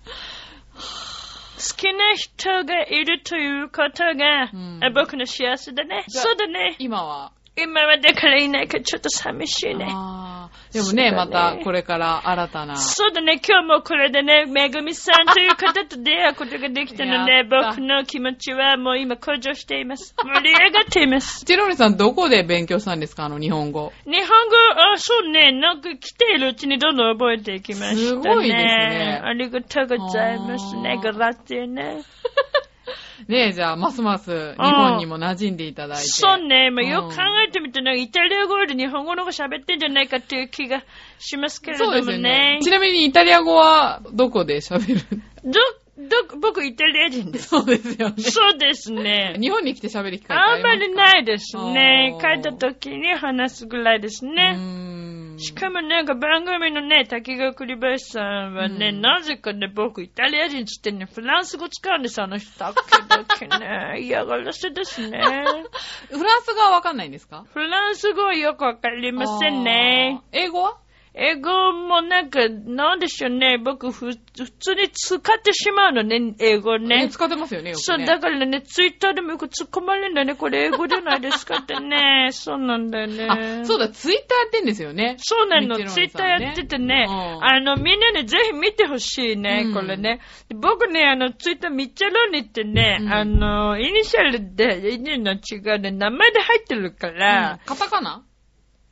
Speaker 1: 好きな人がいるということが、
Speaker 2: うん
Speaker 1: あ僕の幸せだね。
Speaker 2: じゃあ
Speaker 1: そうだね。
Speaker 2: 今は。
Speaker 1: 今はだからいないからちょっと寂しいね。
Speaker 2: あーでも
Speaker 1: そうだ
Speaker 2: ね、
Speaker 1: ね
Speaker 2: またこれから新たな。
Speaker 1: そうだね、今日もこれでね、めぐみさんという方と出会うことができたので、
Speaker 2: やった
Speaker 1: 僕の気持ちはもう今向上しています。 盛り上がっています。
Speaker 2: チェローニさんどこで勉強したんですかあの日本語。
Speaker 1: 日本語、あそうね、なんか来ているうちにどんどん覚えていきましたね。
Speaker 2: すごいですね
Speaker 1: ありがとうございますね
Speaker 2: あ。ー
Speaker 1: グラティね。
Speaker 2: ねえ、じゃあ、ますます日本にも馴染んでいただいて。
Speaker 1: そうね。ま
Speaker 2: う
Speaker 1: あ、
Speaker 2: ん
Speaker 1: よく考えてみて、なんかイタリア語より日本語の方が喋ってんじゃないかっていう気がしますけれど
Speaker 2: そう
Speaker 1: も
Speaker 2: ですよね
Speaker 1: ね。。
Speaker 2: ちなみにイタリア語はどこで喋る
Speaker 1: ど、ど、僕イタリア人です。
Speaker 2: そうですよね。
Speaker 1: そうですね。
Speaker 2: 日本に来て喋る機会
Speaker 1: あんまり
Speaker 2: い
Speaker 1: ないですね。
Speaker 2: あー
Speaker 1: 帰った時に話すぐらいです
Speaker 2: う
Speaker 1: ね。
Speaker 2: ーん。
Speaker 1: しかもなんか番組のね、滝川栗林さんはね、
Speaker 2: うん
Speaker 1: なぜかね、僕イタリア人っつってね、フランス語使うんです、あの人。だけ どね、嫌がらせですね。
Speaker 2: フランス語はわかんないんですか
Speaker 1: フランス語はよくわかりませんね。
Speaker 2: あー。英語は
Speaker 1: 英語もなんか、なんでしょうね。僕ふ、普通に使ってしまうのね、英語ね。
Speaker 2: 使ってますよね、よくね。
Speaker 1: そう、だからね、ツイッターでもよく突っ込まれるんだね。これ英語じゃないですかっ てね。そうなんだよね。
Speaker 2: あ、そう
Speaker 1: だ。
Speaker 2: だ、ツイッターやってんですよね。
Speaker 1: そうなの、
Speaker 2: ミッチ
Speaker 1: ツ
Speaker 2: ェ
Speaker 1: イ
Speaker 2: ロンさ
Speaker 1: ッタ
Speaker 2: んね
Speaker 1: ーやっててね、
Speaker 2: うん
Speaker 1: あの、みんなにぜひ見てほしいね、
Speaker 2: うん
Speaker 1: これね。で僕ね、あの、ツイッター、ミッチェローニってね、
Speaker 2: うん
Speaker 1: あの、イニシャルで、イニの違うね、名前で入ってるか
Speaker 2: うん
Speaker 1: ら、
Speaker 2: カタカナ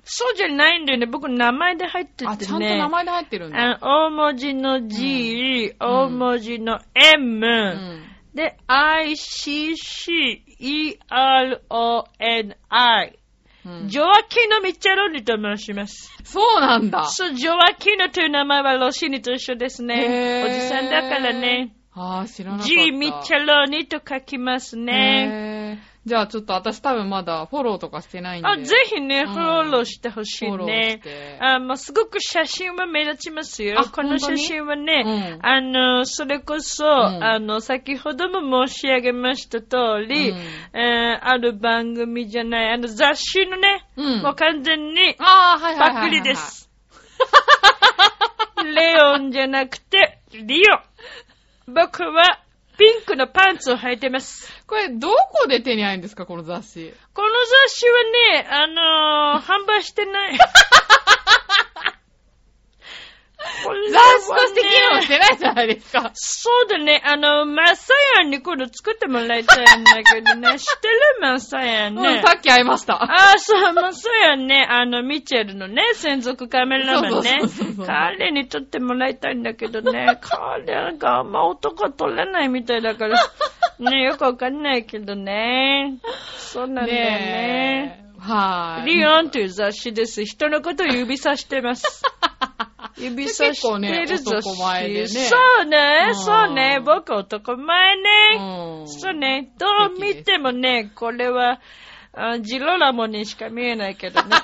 Speaker 1: そうじゃないんだよね、僕名前で入っててね。
Speaker 2: あ、ちゃんと名前で入ってるんだ。
Speaker 1: あ大文字の G、
Speaker 2: うん
Speaker 1: 大文字の M、
Speaker 2: うん。
Speaker 1: で、I-C-C-E-R-O-N-I。
Speaker 2: うん
Speaker 1: ジョアキーノ・ミッチェローニと申します。
Speaker 2: そうなんだ。
Speaker 1: そう、ジョアキーノという名前はロシーニと一緒ですね。
Speaker 2: へー
Speaker 1: おじさんだからね。。
Speaker 2: ああ、知らなかった。
Speaker 1: G ・ミッチェローニと書きますね。
Speaker 2: ね。じゃあちょっと私多分まだフォローとかしてないんで。
Speaker 1: あ、ぜひね、
Speaker 2: うん
Speaker 1: フォローしてほしい
Speaker 2: フォローし
Speaker 1: ね。
Speaker 2: て
Speaker 1: あもうすごく写真は目立ちますよ
Speaker 2: あ。
Speaker 1: この写真はね
Speaker 2: 本、
Speaker 1: あの、それこそ、
Speaker 2: ん
Speaker 1: あの、先ほども申し上げました通り、
Speaker 2: うん
Speaker 1: えーある番組じゃない、あの雑誌のね、
Speaker 2: うん
Speaker 1: もう完全に
Speaker 2: ああ、はいはいはい
Speaker 1: パ
Speaker 2: はいはい
Speaker 1: クリで。す。 レオンじゃなくて、リオ。僕はピンクのパンツを履いてます。
Speaker 2: これ、どこで手に入るんですか、この雑誌。
Speaker 1: この雑誌はね、あの ー、販売してない。これ
Speaker 2: 雑
Speaker 1: はね
Speaker 2: 誌として機能してないじゃないですか。
Speaker 1: そうだね、あの、マッサヤンに今度作ってもらいたいんだけ どね、知ってるマッサヤン
Speaker 2: うん、
Speaker 1: ね。
Speaker 2: さっき会いました。
Speaker 1: ああ、そう、マッサヤンね、あの、ミチェルのね、専属カメラマ
Speaker 2: そう
Speaker 1: ンね
Speaker 2: そうそうそう。
Speaker 1: 彼に撮ってもらいたいんだけど ね、彼があんま男は撮れないみたいだから、ね、よくわかんないけどね。そうなんだよね
Speaker 2: ねえ。はい。
Speaker 1: リオンという雑誌です。人のことを指さし てます。指さしてる雑誌。
Speaker 2: 結構ね男前でね
Speaker 1: そうね
Speaker 2: う、ん
Speaker 1: そうね。僕男前ね。
Speaker 2: うん
Speaker 1: そうね。どう
Speaker 2: 素敵です
Speaker 1: 見てもね、これは、あジローラモにしか見えないけど ね。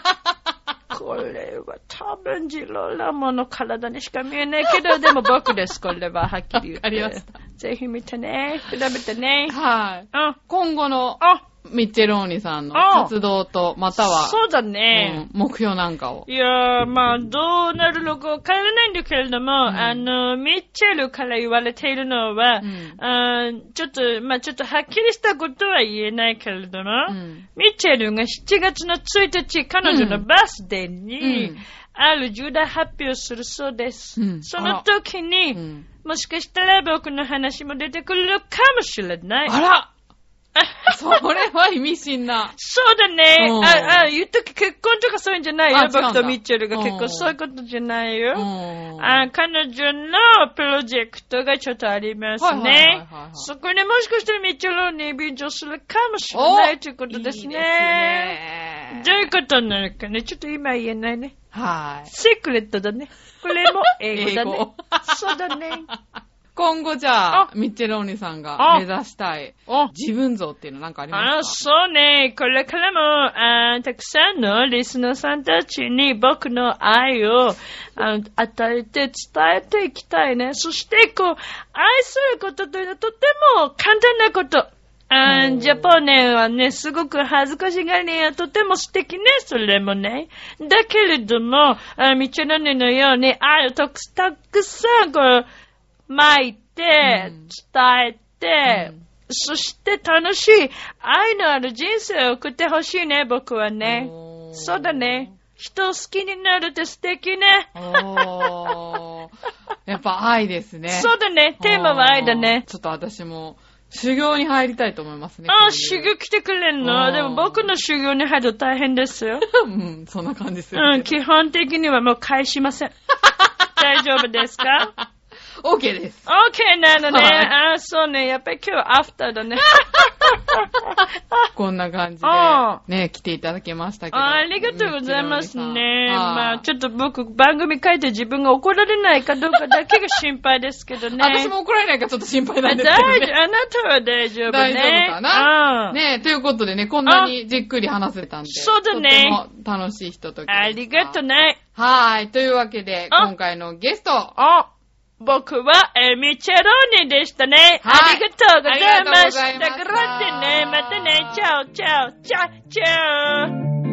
Speaker 1: これは多分ジローラモの体にしか見えないけど、でも僕です、これは。はっきり言
Speaker 2: わ
Speaker 1: って。
Speaker 2: かりました
Speaker 1: ぜひ見てね。調べてね。
Speaker 2: はい。
Speaker 1: うん。
Speaker 2: 今後の
Speaker 1: あ、
Speaker 2: ミッチェローニさんの
Speaker 1: あ
Speaker 2: 活動と、または、
Speaker 1: そうだ
Speaker 2: う
Speaker 1: ね。
Speaker 2: ん目標なんかを。
Speaker 1: いやー、まあ、どうなるのかわからないんだけれども、あの、ミッチェルから言われているのは、
Speaker 2: うん
Speaker 1: あーちょっと、まあ、ちょっとはっきりしたことは言えないけれども、
Speaker 2: うん
Speaker 1: ミッチェルが7月の1日、彼女のバースデーに、
Speaker 2: うん
Speaker 1: ある重大発表をするそうです。
Speaker 2: うん
Speaker 1: その時に、
Speaker 2: うん
Speaker 1: もしかしたら僕の話も出てくるのかもしれない。
Speaker 2: あ らそれは意味深な。
Speaker 1: そうだね。
Speaker 2: うん
Speaker 1: あ、あ、言っとき結婚とかそういうんじゃないよ
Speaker 2: あ。違うんだ
Speaker 1: 僕とミッチェルが結
Speaker 2: う
Speaker 1: 婚。
Speaker 2: ん
Speaker 1: そういうことじゃないうよ。
Speaker 2: ん
Speaker 1: あ彼女のプロジェクトがちょっとあります
Speaker 2: はいはいはい
Speaker 1: ね
Speaker 2: はいはい。
Speaker 1: そこにもしかしたらミッチェローニ便乗するかもしれないということですね。
Speaker 2: いいですね
Speaker 1: どういうことになるかね。ちょっと今言えないね。
Speaker 2: はい。
Speaker 1: セクレットだね。これも英語だ
Speaker 2: 英
Speaker 1: ね
Speaker 2: 語。
Speaker 1: そう だね。
Speaker 2: 今後じゃあ
Speaker 1: あ、
Speaker 2: ミッチェローニさんが
Speaker 1: あ
Speaker 2: 目指したい
Speaker 1: お
Speaker 2: 自分像っていうのなんかあり
Speaker 1: あ
Speaker 2: ます
Speaker 1: そうね。これからも、あーたくさんのリスナーさんたちに僕の愛をあ与えて伝えていきたいね。そして、こう、愛することというのはとても簡単なこと。あー
Speaker 2: うん
Speaker 1: ジャポネはね、すごく恥ずかしがりや、とても素敵ね、それもね。だけれども、あミチェロネのように愛をたくたくさん、こう、巻いて、
Speaker 2: うん
Speaker 1: 伝えて、
Speaker 2: うん
Speaker 1: そして楽しい愛のある人生を送ってほしいね、僕はね。
Speaker 2: おー
Speaker 1: そうだね。人を好きになるって素敵ね。
Speaker 2: おーやっぱ愛ですね。
Speaker 1: そうだね。テーマは愛だね
Speaker 2: あー。ちょっと私も修行に入りたいと思いますね。こう
Speaker 1: ああ、
Speaker 2: いう
Speaker 1: 修行来てくれんの
Speaker 2: うん
Speaker 1: でも僕の修行に入ると大変ですよ。
Speaker 2: うん、 そんな感じする
Speaker 1: うん、
Speaker 2: けど。
Speaker 1: 基本的にはもう返しません。大丈夫ですか
Speaker 2: うん、OK です。
Speaker 1: オッケーなのね。
Speaker 2: はい
Speaker 1: ああ、そそうね、やっぱり今日アフターだね。
Speaker 2: こんな感じで
Speaker 1: あ、
Speaker 2: ね、来ていただきましたけど。
Speaker 1: あありがとうございますね。まあ、
Speaker 2: ょ。
Speaker 1: ちょっと僕、番組書いて自分が怒られないかどうかだけが心配ですけどね
Speaker 2: 私も怒られないからちょっと心配なん
Speaker 1: 大
Speaker 2: で
Speaker 1: 丈
Speaker 2: すけどね。
Speaker 1: 夫、あなたは大丈夫ね。
Speaker 2: 大丈夫かな
Speaker 1: うん
Speaker 2: ねということでね、こんなにじっくり話せたんで。
Speaker 1: そうだね
Speaker 2: とっても楽しいひとときでした。
Speaker 1: ありがとね。
Speaker 2: はーい。というわけで、
Speaker 1: あ
Speaker 2: 今回のゲスト、
Speaker 1: あ、僕は、えーミチェローニでしたね。
Speaker 2: はい
Speaker 1: ありがとうございまし
Speaker 2: ありがとうございました
Speaker 1: た。だからってね、またね、チャオチャオ、チャチャオ。